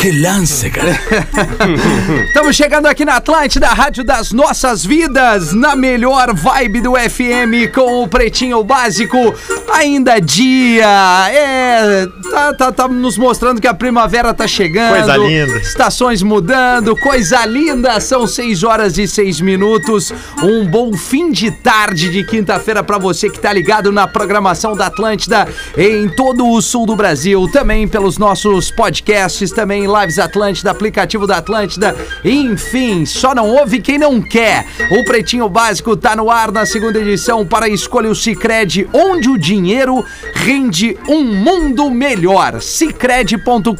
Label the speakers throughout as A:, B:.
A: Que lance, cara.
B: Estamos chegando aqui na Atlântida, a Rádio das Nossas Vidas, na melhor vibe do FM com o Pretinho Básico. Ainda é dia, é. Tá, tá, tá nos mostrando que a primavera tá chegando.
C: Coisa linda.
B: Estações mudando, coisa linda. São 6 horas e 6 minutos. Um bom fim de tarde de quinta-feira pra você que tá ligado na programação da Atlântida em todo o sul do Brasil. Também pelos nossos podcasts, também Lives Atlântida, aplicativo da Atlântida. Enfim, só não ouve quem não quer. O Pretinho Básico tá no ar na segunda edição para escolha o Cicred, onde o dinheiro rende um mundo melhor. Cicred.com.br.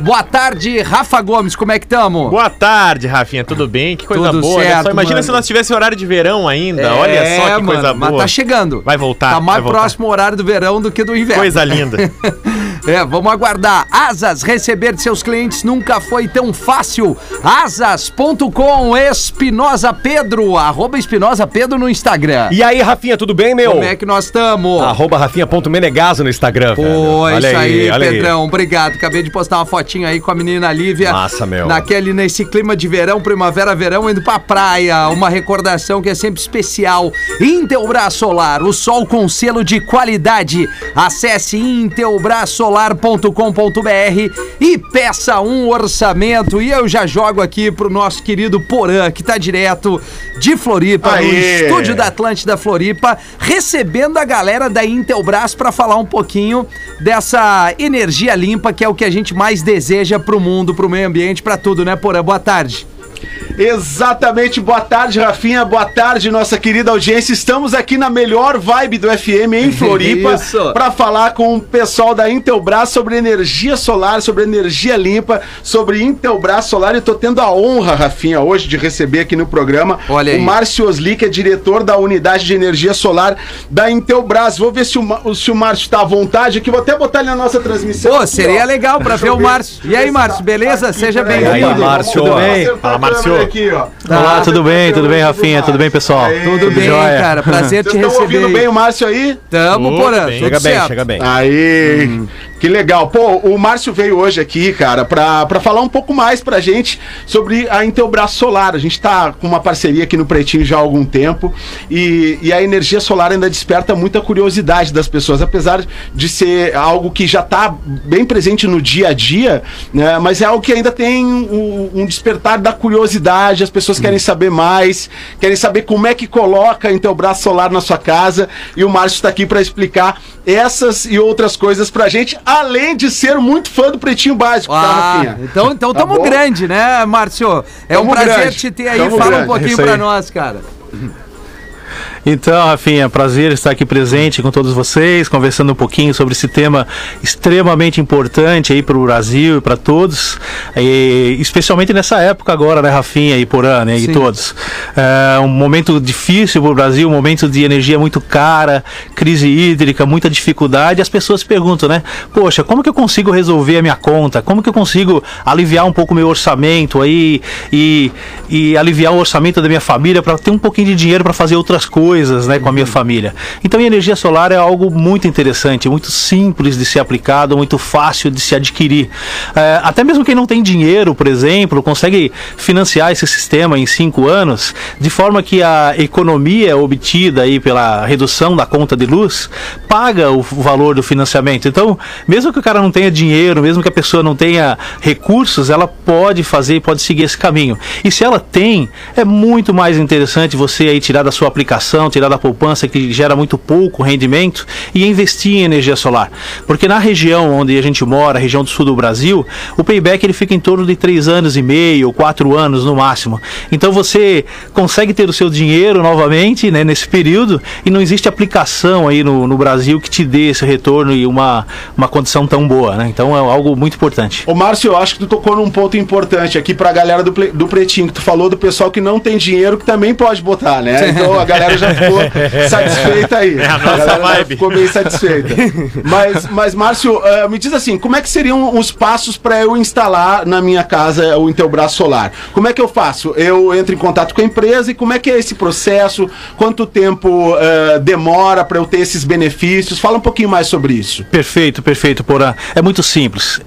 B: Boa tarde, Rafa Gomes, como é que tamo?
C: Boa tarde, Rafinha. Tudo bem? Que coisa
B: Tudo
C: boa, né?
B: certo,
C: Só imagina
B: mano.
C: se nós tivesse horário de verão ainda. Olha
B: É,
C: só que
B: mano,
C: coisa boa.
B: Mas tá chegando.
C: Vai voltar,
B: Tá mais
C: vai voltar.
B: próximo o horário do verão do que do inverno.
C: Coisa linda.
B: É, vamos aguardar. Asas, receber de seus clientes nunca foi tão fácil. Asas.com, Espinosa Pedro, arroba Espinosa Pedro no Instagram.
D: E aí, Rafinha, tudo bem, meu?
B: Como é que nós estamos?
D: Arroba rafinha.menegaso no Instagram, velho.
B: Pô,
D: Olha
B: isso aí,
D: olha
B: Pedrão. Obrigado. Acabei de postar uma fotinha aí com a menina Lívia.
D: Massa, meu.
B: Naquele, nesse clima de verão, primavera, verão, indo pra praia. Uma recordação que é sempre especial. Intelbras Solar, o sol com selo de qualidade. Acesse intelbrasolar.com.br e peça um orçamento. E eu já jogo aqui pro nosso querido Porã, que tá direto de Floripa, no
C: Aê.
B: estúdio da Atlântida Floripa, recebendo a galera da Intelbras para falar um pouquinho dessa energia limpa que é o que a gente mais deseja pro mundo, pro meio ambiente, para tudo, né, Porã? Boa tarde.
E: Exatamente, boa tarde, Rafinha, boa tarde, nossa querida audiência. Estamos aqui na melhor vibe do FM em Floripa
B: Isso.
E: para falar com o pessoal da Intelbras sobre energia solar, sobre energia limpa, sobre Intelbras Solar. Eu tô tendo a honra, Rafinha, hoje de receber aqui no programa
B: Olha
E: o
B: aí.
E: Márcio Osli, que é diretor da unidade de energia solar da Intelbras. Vou ver se o, Ma- se o Márcio tá à vontade aqui, vou até botar ele na nossa transmissão.
B: Pô,
E: aqui,
B: seria
E: ó.
B: legal para
E: Deixa
B: ver
E: eu
B: o Márcio. E aí,
E: Esse
B: Márcio,
E: tá
B: beleza?
E: aqui,
B: Seja
E: peraí,
D: E aí,
B: bem-vindo.
D: Márcio?
E: Vamos
D: Tudo bem?
E: acertar
C: Fala,
E: a câmera
C: Márcio.
E: Tá aqui, ó.
D: Olá, tudo bem? Tudo bem, Rafinha? Tudo bem, pessoal?
B: Tudo bem,
D: Joia.
B: cara? Prazer te
E: Vocês estão
B: receber.
E: ouvindo
B: aí.
E: bem o Márcio aí?
B: Tamo,
C: Tudo
B: Porã.
C: bem.
B: tudo
D: Chega bem,
B: certo.
D: chega bem.
E: Aí, que legal. Pô, o Márcio veio hoje aqui, cara, pra, pra falar um pouco mais pra gente sobre a Intelbras Solar. A gente tá com uma parceria aqui no Pretinho já há algum tempo e, e a energia solar ainda desperta muita curiosidade das pessoas, apesar de ser algo que já tá bem presente no dia a dia, né? Mas é algo que ainda tem um, um despertar da curiosidade, as pessoas querem saber mais, querem saber como é que coloca a Intelbras Solar na sua casa e o Márcio tá aqui pra explicar essas e outras coisas pra gente, além de ser muito fã do Pretinho Básico, tá,
B: Ah,
E: Rafinha?
B: então, então
E: Tá
B: tamo
E: bom?
B: grande, né, Márcio? É um
E: Tamo
B: prazer
E: grande.
B: te ter aí.
E: Tamo
B: Fala um
E: grande.
B: pouquinho
D: Isso aí.
B: pra nós, cara.
F: Então, Rafinha, prazer estar aqui presente com todos vocês, conversando um pouquinho sobre esse tema extremamente importante aí para o Brasil e para todos, e especialmente nessa época agora, né, Rafinha e Porã, né, e
B: Sim.
F: todos. É um momento difícil para o Brasil, um momento de energia muito cara, crise hídrica, muita dificuldade. As pessoas perguntam, né, poxa, como que eu consigo resolver a minha conta? Como que eu consigo aliviar um pouco o meu orçamento aí e, e aliviar o orçamento da minha família para ter um pouquinho de dinheiro para fazer outras coisas né, com a minha família. Então, a energia solar é algo muito interessante, muito simples de ser aplicado, muito fácil de se adquirir. É, até mesmo quem não tem dinheiro, por exemplo, consegue financiar esse sistema em cinco anos, de forma que a economia é obtida aí pela redução da conta de luz paga o valor do financiamento. Então, mesmo que o cara não tenha dinheiro, mesmo que a pessoa não tenha recursos, ela pode fazer e pode seguir esse caminho. E se ela tem, é muito mais interessante você aí tirar da sua aplicação, tirar da poupança que gera muito pouco rendimento e investir em energia solar. Porque na região onde a gente mora, a região do sul do Brasil, o payback ele fica em torno de 3 anos e meio, 4 anos no máximo. Então você consegue ter o seu dinheiro novamente né, nesse período e não existe aplicação aí no, no Brasil que te dê esse retorno e uma, uma condição tão boa. Né? Então é algo muito importante.
E: Ô Márcio, eu acho que tu tocou num ponto importante aqui pra galera do, ple- do Pretinho, que tu falou do pessoal que não tem dinheiro, que também pode botar, né? Então a galera já galera ficou satisfeita aí.
C: É a nossa vibe.
E: ficou bem satisfeita. Mas, mas Márcio, ah, me diz assim, como é que seriam os passos para eu instalar na minha casa eh, o Intelbras Solar? Como é que eu faço? Eu entro em contato com a empresa e como é que é esse processo? Quanto tempo ah, demora para eu ter esses benefícios? Fala um pouquinho mais sobre isso.
F: Perfeito, perfeito, Porã. É muito simples.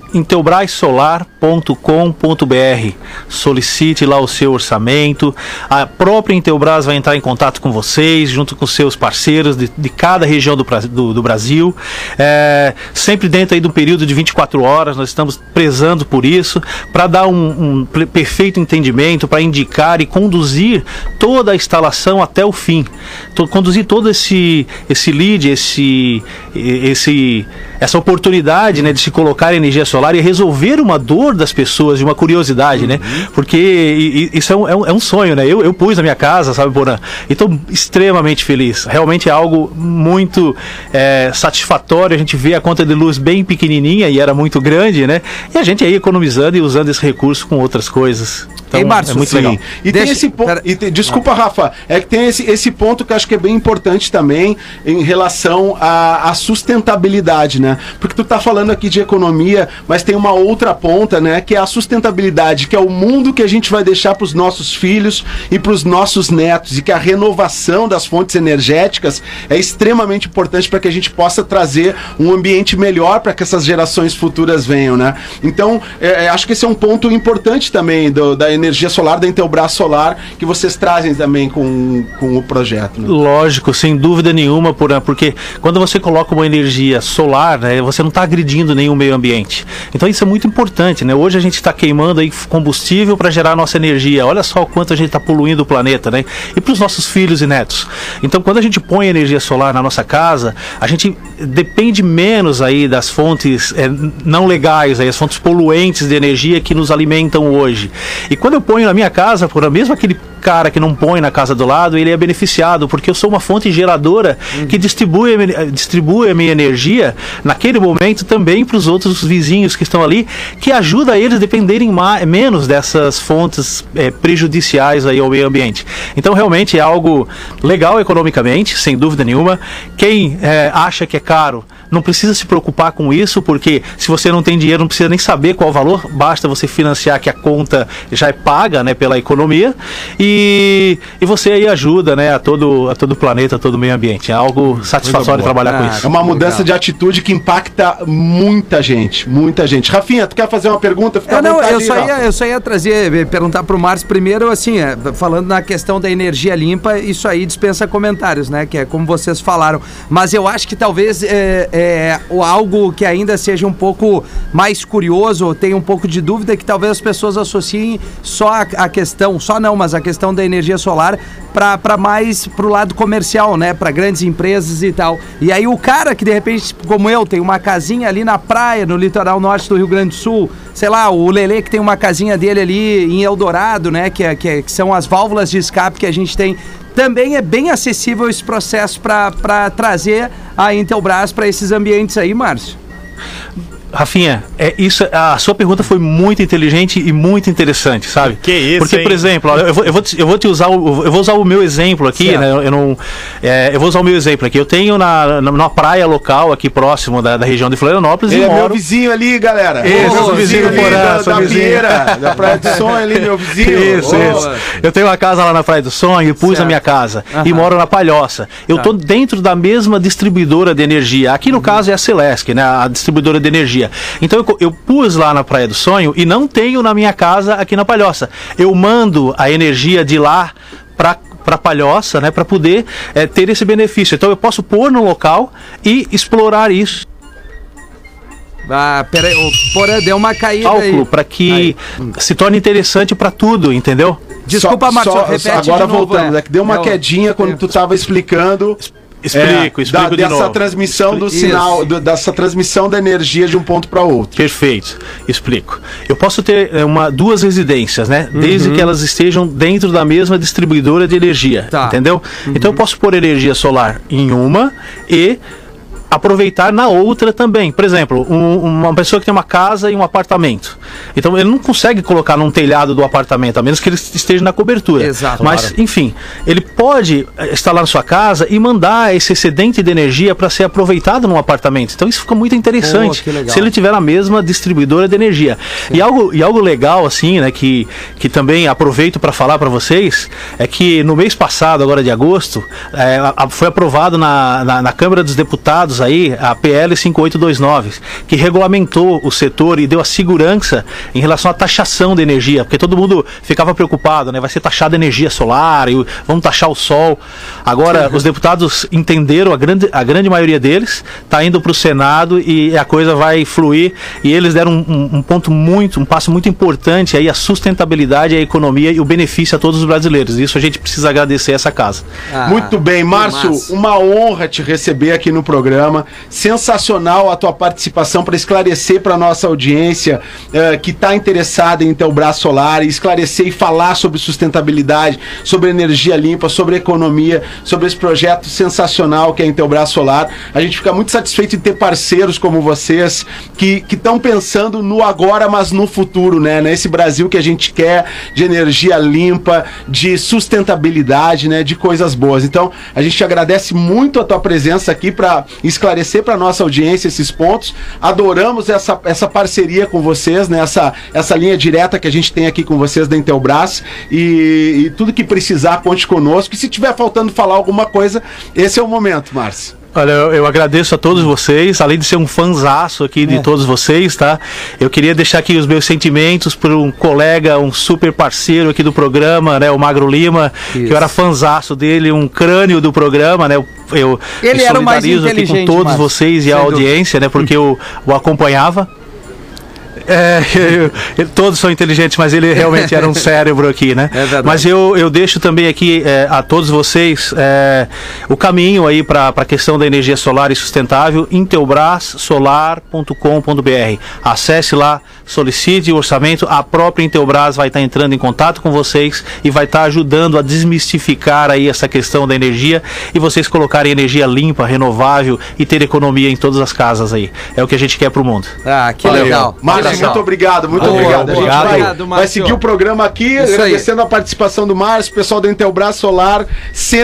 F: Intelbrasolar.com.br. Solicite lá o seu orçamento. A própria Intelbras vai entrar em contato com vocês, junto com seus parceiros de, de cada região do, Bra- do- do Brasil. É, sempre dentro aí do período de 24 horas, nós estamos prezando por isso, para dar um, um pre- perfeito entendimento, para indicar e conduzir toda a instalação até o fim. To- conduzir todo esse, esse lead, esse, e- esse, essa oportunidade né, de se colocar energia solar e resolver uma dor das pessoas, de uma curiosidade, né? Porque i- i- isso é um, é um- é um sonho, né? Eu, eu pus na minha casa, sabe, Bonan? E estou extremamente feliz. Realmente é algo muito é, satisfatório. A gente vê a conta de luz bem pequenininha e era muito grande, né? E a gente aí economizando e usando esse recurso com outras coisas. Então,
B: Ei, Márcio,
F: é muito
B: sim.
F: legal.
E: E
B: Deixa-
E: tem esse ponto.
B: pera-
E: Desculpa, Rafa. É que tem esse, esse ponto que eu acho que é bem importante também em relação à, à sustentabilidade, né? Porque tu tá falando aqui de economia, mas tem uma outra ponta, né? Que é a sustentabilidade, que é o mundo que a gente vai deixar para os nossos filhos e para os nossos netos. E que a renovação das fontes energéticas é extremamente importante para que a gente possa trazer um ambiente melhor para que essas gerações futuras venham, né? Então, é, é, acho que esse é um ponto importante também do- da energia solar, da Intelbras Solar, que vocês trazem também com, com o projeto. né?
F: Lógico, sem dúvida nenhuma, Porã, porque quando você coloca uma energia solar, né, você não está agredindo nenhum meio ambiente. Então isso é muito importante, né? Hoje a gente está queimando aí combustível para gerar nossa energia. Olha só o quanto a gente está poluindo o planeta, né? E para os nossos filhos e netos. Então quando a gente põe energia solar na nossa casa, a gente depende menos aí das fontes eh, não legais, aí, as fontes poluentes de energia que nos alimentam hoje. E quando eu ponho na minha casa, por mesmo aquele cara que não põe na casa do lado, ele é beneficiado, porque eu sou uma fonte geradora que distribui, a minha- distribui a minha energia naquele momento também para os outros vizinhos que estão ali, que ajuda eles a dependerem ma- menos dessas fontes eh, prejudiciais aí ao meio ambiente. Então, realmente é algo legal economicamente, sem dúvida nenhuma. Quem eh, acha que é caro, não precisa se preocupar com isso, porque se você não tem dinheiro, não precisa nem saber qual o valor, basta você financiar que a conta já é paga né, pela economia e, e você aí ajuda né, a, todo, a todo o planeta, a todo o meio ambiente. É algo satisfatório trabalhar
B: Ah,
F: com
E: É
F: isso.
E: uma mudança de atitude que impacta muita gente, muita gente. Rafinha, tu quer fazer uma pergunta? Fica à
B: Eu, Ah, não,
E: vontade
B: eu,
E: aí,
B: só
E: Rafa.
B: ia, eu só ia trazer, eh, perguntar pro Márcio primeiro, assim, eh, falando na questão da energia limpa, isso aí dispensa comentários, né? Que é como vocês falaram. Mas eu acho que talvez é, é, o- algo que ainda seja um pouco mais curioso, ou tenha um pouco de dúvida, que talvez as pessoas associem só a, a questão, só não, mas a questão da energia solar para mais pro lado comercial, né? Para grandes empresas e tal. E aí o cara que de repente, como eu, tem uma casinha ali na praia, no litoral norte do Rio Grande do Sul, sei lá, o Lele que tem uma casinha dele ali em Eldorado, né? Que, é- que, é- que são as válvulas de escape que a gente tem. Também é bem acessível esse processo para trazer a Intelbras para esses ambientes aí, Márcio.
F: Rafinha, é isso, a sua pergunta foi muito inteligente e muito interessante, sabe?
C: Que isso,
F: Porque, por
C: hein?
F: exemplo, ó, eu vou, eu vou te, eu vou te usar, o, eu vou usar o meu exemplo aqui,
B: Certo.
F: né? Eu não, é, eu vou usar o meu exemplo aqui. Eu tenho na, na, numa praia local aqui próximo da, da região de Florianópolis
E: Ele
F: e
E: é meu
F: moro.
E: vizinho ali, galera.
F: Esse,
E: Ô,
F: sou
E: meu
F: vizinho do
E: ali
F: Porã,
E: da,
F: sou
E: da
F: vizinho.
E: Pieira, da Praia do Som ali, meu vizinho.
F: Isso,
E: Ô,
F: isso. Eu tenho uma casa lá na Praia do Sonho, pus
B: Certo.
F: a minha casa e
B: Aham. Tá.
F: moro na Palhoça. Eu tô dentro da mesma distribuidora de energia. Aqui
B: Uhum.
F: no caso é a Celesc, né? A distribuidora de energia. Então eu, co- eu pus lá na Praia do Sonho e não tenho na minha casa aqui na Palhoça. Eu mando a energia de lá para para palhoça, né, para poder eh, ter esse benefício. Então eu posso pôr no local e explorar isso
B: Ah, peraí, o Porã deu uma caída
F: cálculo
B: aí.
F: para que se torne interessante para tudo, entendeu?
B: Desculpa,
E: Só-
B: Márcio,
E: só-
B: repete
E: Agora
B: de novo,
E: voltando,
B: é.
E: é que deu uma
B: Não,
E: quedinha quando tu tava explicando.
F: Explico,
E: é,
F: explico
E: da-
F: de
E: dessa
F: novo.
E: transmissão do
B: Isso.
E: sinal, do- dessa transmissão da energia de um ponto para outro.
F: Perfeito, explico. Eu posso ter é, uma, duas residências, né? Desde
B: Uhum.
F: que elas estejam dentro da mesma distribuidora de energia,
B: Tá.
F: entendeu? Então eu posso pôr energia solar em uma e aproveitar na outra também. Por exemplo, um- uma pessoa que tem uma casa e um apartamento. Então ele não consegue colocar num telhado do apartamento, a menos que ele esteja na cobertura.
B: Exato.
F: Mas, enfim, ele pode eh, instalar na sua casa e mandar esse excedente de energia para ser aproveitado num apartamento. Então isso fica muito interessante.
B: que legal.
F: Se ele tiver a mesma distribuidora de energia. E algo, e algo legal, assim, né, que, que também aproveito para falar para vocês, é que no mês passado, agora de agosto, é, a- a- foi aprovado na, na, na Câmara dos Deputados aí a PL 5829, que regulamentou o setor e deu a segurança em relação à taxação de energia, porque todo mundo ficava preocupado, né? Vai ser taxada a energia solar, e o- vamos taxar o sol. Agora, os deputados entenderam, a grande, a grande maioria deles está indo para o Senado e a coisa vai fluir. E eles deram um, um- um ponto muito, um passo muito importante aí, a sustentabilidade, a economia e o benefício a todos os brasileiros. Isso a gente precisa agradecer a essa casa.
B: Ah,
E: Muito bem,
B: que
E: Márcio,
B: massa.
E: uma honra te receber aqui no programa. Sensacional a tua participação para esclarecer para nossa audiência eh, que está interessada em Intelbras Solar, e esclarecer e falar sobre sustentabilidade, sobre energia limpa, sobre economia, sobre esse projeto sensacional que é a Intelbras Solar. A gente fica muito satisfeito em ter parceiros como vocês que estão pensando no agora, mas no futuro, né? Nesse Brasil que a gente quer, de energia limpa, de sustentabilidade, né? De coisas boas. Então, a gente te agradece muito a tua presença aqui para esclarecer para nossa audiência esses pontos. Adoramos essa, essa parceria com vocês, né? Essa, essa linha direta que a gente tem aqui com vocês da Intelbras. E, e tudo que precisar, conte conosco. E se tiver faltando falar alguma coisa, esse é o momento, Márcio.
F: Olha, eu, eu agradeço a todos vocês, além de ser um fanzaço aqui
B: É.
F: de todos vocês, tá? Eu queria deixar aqui os meus sentimentos por um colega, um super parceiro aqui do programa, né? O Magro Lima, que
B: Isso.
F: eu era fanzaço dele, um crânio do programa, né? Eu, eu
B: Ele
F: me
B: era o mais
F: solidarizo aqui com
B: inteligente,
F: todos
B: Márcio,
F: vocês e a
B: sem dúvida.
F: audiência, né? Porque eu o acompanhava. É, eu- eu- todos são inteligentes, mas ele realmente era um cérebro aqui, né?
B: É verdade.
F: Mas eu, eu deixo também aqui é, a todos vocês é, o caminho aí para a questão da energia solar e sustentável, intelbrassolar.com.br. Acesse lá, solicite o orçamento, a própria Intelbras vai estar entrando em contato com vocês e vai estar ajudando a desmistificar aí essa questão da energia e vocês colocarem energia limpa, renovável e ter economia em todas as casas aí. É o que a gente quer para o mundo.
B: Ah, que
E: Valeu.
B: legal.
E: Márcio,
B: Olha só.
E: muito obrigado, muito
B: Boa,
E: obrigado.
B: boa.
E: A gente vai-
B: Obrigado,
E: vai,
B: Márcio.
E: seguir o programa aqui,
B: Isso aí.
E: agradecendo a participação do Márcio, pessoal da Intelbras Solar,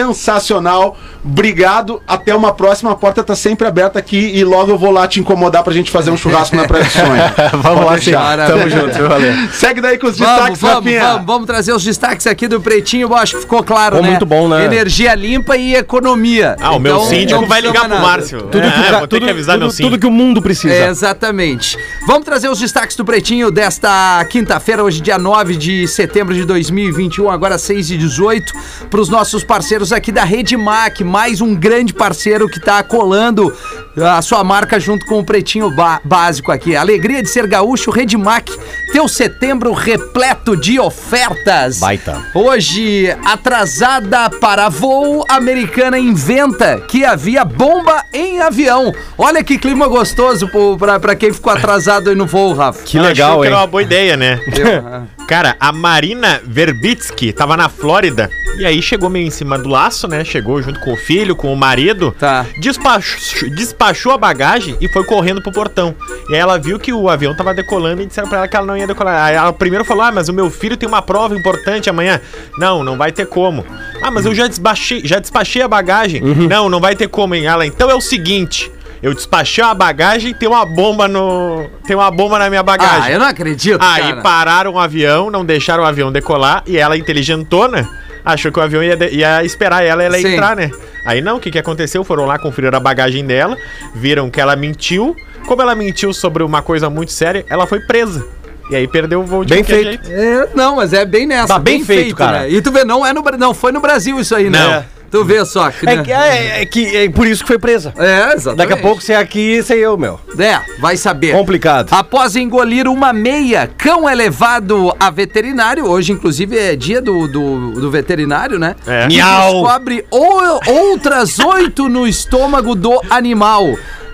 E: sensacional. Obrigado, até uma próxima. A porta tá sempre aberta aqui e logo eu vou lá te incomodar pra gente fazer um churrasco na Praia do Sonho.
F: Vamos lá, sim.
B: deixar.
F: Tamo junto, valeu.
E: Segue daí com os
B: Vamos,
E: destaques,
B: vamos,
E: Rafinha.
B: vamos, vamos trazer os destaques aqui do Pretinho, eu acho que ficou claro,
D: Ficou
B: né?
D: muito bom, né?
B: Energia limpa e economia.
C: Ah, o meu
B: Então,
C: síndico
B: não
C: vai
B: precisa
C: ligar pro
B: nada.
C: Márcio.
D: Tudo,
C: é,
D: que, o
C: vou
D: ca-
C: ter
D: tudo,
C: que avisar
D: tudo-
C: meu síndico.
D: tudo que o mundo precisa.
B: É, exatamente. Vamos trazer os destaques do Pretinho desta quinta-feira, hoje dia 9 de setembro de 2021, agora 6 e 18, para os nossos parceiros aqui da Rede Mac, mais um grande parceiro que está colando ah, a sua marca junto com o Pretinho Ba- Básico aqui. Alegria de ser gaúcho, Rede Mac, teu setembro repleto de ofertas.
D: Baita.
B: Hoje, atrasada para voo, americana inventa que havia bomba em avião. Olha que clima gostoso pô, pra, pra quem ficou atrasado aí no voo, Rafa. Ah,
D: Que
C: Ela achou
D: legal,
C: que
D: hein?
C: era uma boa ideia, né?
D: Ah,
C: Cara, a Marina Verbitsky tava na Flórida e aí chegou meio em cima do laço, né? Chegou junto com o filho, com o marido.
B: Tá.
C: Despachou, despachou a bagagem e foi correndo pro portão. E aí ela viu que o avião tava decolando e disseram pra ela que ela não ia decolar. Aí ela primeiro falou: Ah, mas o meu filho tem uma prova importante amanhã. Não, não vai ter como. Ah, mas eu já despachei, já despachei a bagagem.
B: Uhum.
C: Não, não vai ter como, hein? Ela, então é o seguinte. Eu despachei a bagagem e tem uma bomba no. Tem uma bomba na minha bagagem.
B: Ah, eu não acredito,
C: Aí
B: cara.
C: pararam o avião, não deixaram o avião decolar e ela, inteligentona, achou que o avião ia, de- ia esperar ela, ela ia
B: Sim.
C: entrar, né? Aí não, o que, que aconteceu? Foram lá, conferiram a bagagem dela, viram que ela mentiu. Como ela mentiu sobre uma coisa muito séria, ela foi presa. E aí perdeu o voo de
D: Bem
C: qualquer
D: feito.
C: jeito.
B: É, não, mas é bem nessa.
D: Tá bem feito, cara.
B: né? E tu vê, não é no Bra- Não, foi no Brasil isso aí,
C: Não.
B: né? Tu vê só. Que, né?
D: É, que- é- é que é por isso que foi presa.
B: É, exatamente.
D: Daqui a pouco você é aqui e você é eu, meu.
B: É, vai saber.
D: Complicado.
B: Após engolir uma meia, cão é levado a veterinário. Hoje, inclusive, é dia do, do, do veterinário, né?
C: É.
B: E
C: Miau.
B: descobre ou- outras oito no estômago do animal.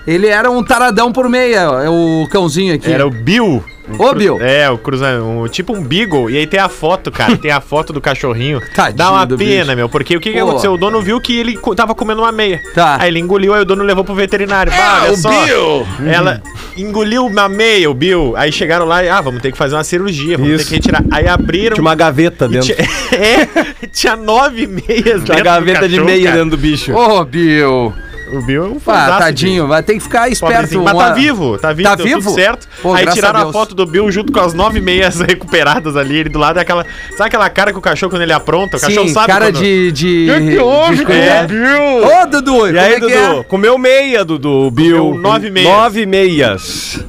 B: Ele era um taradão por meia, é o cãozinho aqui.
C: Era o Bill, o
B: Ô, Bill.
C: É, o cruza, um, tipo um beagle. E aí tem a foto, cara. tem a foto do cachorrinho.
B: Tadinho
C: Dá uma
B: do
C: pena,
B: bicho.
C: meu. Porque o que, que
B: Pô.
C: aconteceu? O dono viu que ele co- tava comendo uma meia.
B: Tá.
C: Aí ele engoliu, aí o dono levou pro veterinário.
D: É,
C: Bah, olha só. Uhum. Ela engoliu uma meia, o Bill. Aí chegaram lá e, ah, vamos ter que fazer uma cirurgia, vamos ter
D: Isso.
C: que retirar. Aí abriram.
D: Tinha uma gaveta
C: e
D: dentro.
C: tinha- é, tinha nove meias
D: Tinha uma gaveta de meia
C: dentro.
D: dentro do bicho.
B: Ô, Bill.
C: do cachorro, cara. O Bill é um
B: Ah,
C: fanzaço de-
B: tadinho, vai ter que ficar esperto.
C: Pobrezinho. Mas tá
B: uma-
C: vivo, tá vivo,
B: Tá
C: deu
B: vivo?
C: tudo certo.
B: Pô,
C: aí
B: graças a
C: tiraram a,
B: Deus.
C: foto do Bill junto com as nove meias recuperadas ali, ele do lado é aquela. Sabe aquela cara que o cachorro quando ele apronta? O cachorro
B: Sim,
C: sabe
B: cara
C: quando...
B: de... de... de coisa.
C: É.
B: Ô, Dudu,
D: E aí,
B: como é que
D: Dudu? Comeu meia, Dudu, Bill.
C: Comeu nove meias.
D: Nove meias.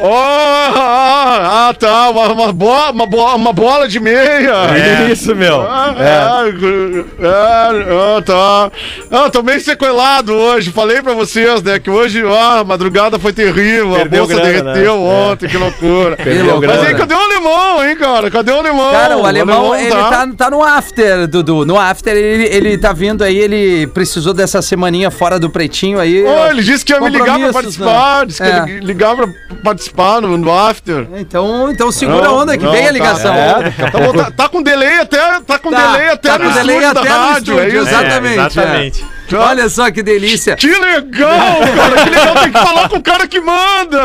E: Oh, ah, ah, tá. Uma, uma, bola, uma, bola, uma bola de meia.
C: É.
D: Isso, meu.
E: Ah,
D: É.
E: ah, ah, ah, tá. Ah, tô meio sequelado hoje. Falei pra vocês, né? Que hoje, ah, a madrugada foi terrível.
D: Perdeu
E: a bolsa
D: grana,
E: derreteu
D: né?
E: ontem, que loucura.
D: Perdeu
E: Mas
D: grana.
E: aí, cadê o alemão, hein, cara? Cadê o alemão?
B: Cara, o alemão, ele tá, tá no after, Dudu. No after, ele, ele tá vindo aí, ele precisou dessa semaninha fora do pretinho aí.
E: Ô, ele disse que ia me ligar pra
B: Compromissos,
E: participar.
B: né?
E: Disse que ia
B: É.
E: li- ligar pra participar no, no after.
B: Então, então segura a
E: Não,
B: onda que
E: não,
B: vem a
E: tá.
B: ligação.
E: É, tá, bom, tá- tá com delay até, tá com
B: Tá,
E: delay até
B: tá
E: no
B: com delay
E: estúdio da
B: até no
E: rádio, é
B: estúdio,
E: isso?
C: É,
B: Exatamente,
C: exatamente.
B: Olha só que delícia.
E: Que legal, cara! Que legal tem que falar com o cara que manda!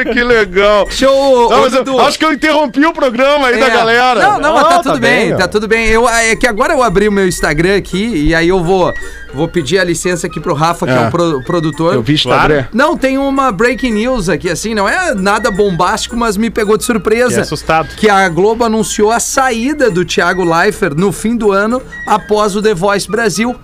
B: É.
E: que legal!
B: Deixa eu-
E: Não,
B: ô,
E: mas eu
B: Dudu.
E: acho que eu interrompi o programa aí da
B: É.
E: galera.
B: Não, não, mas
D: Não,
B: tá
D: tá
B: tudo
D: bem,
B: bem,
D: meu.
B: tá tudo bem. Eu, é que agora eu abri o meu Instagram aqui e aí eu vou, vou pedir a licença aqui pro Rafa, que é,
E: É.
B: o pro- produtor.
E: vi
C: Instagram.
B: Não, tem uma breaking news aqui, assim, não é nada bombástico, mas me pegou de surpresa.
C: É assustado.
B: Que a Globo anunciou a saída do Thiago Leifert no fim do ano após o The Voice Brasil.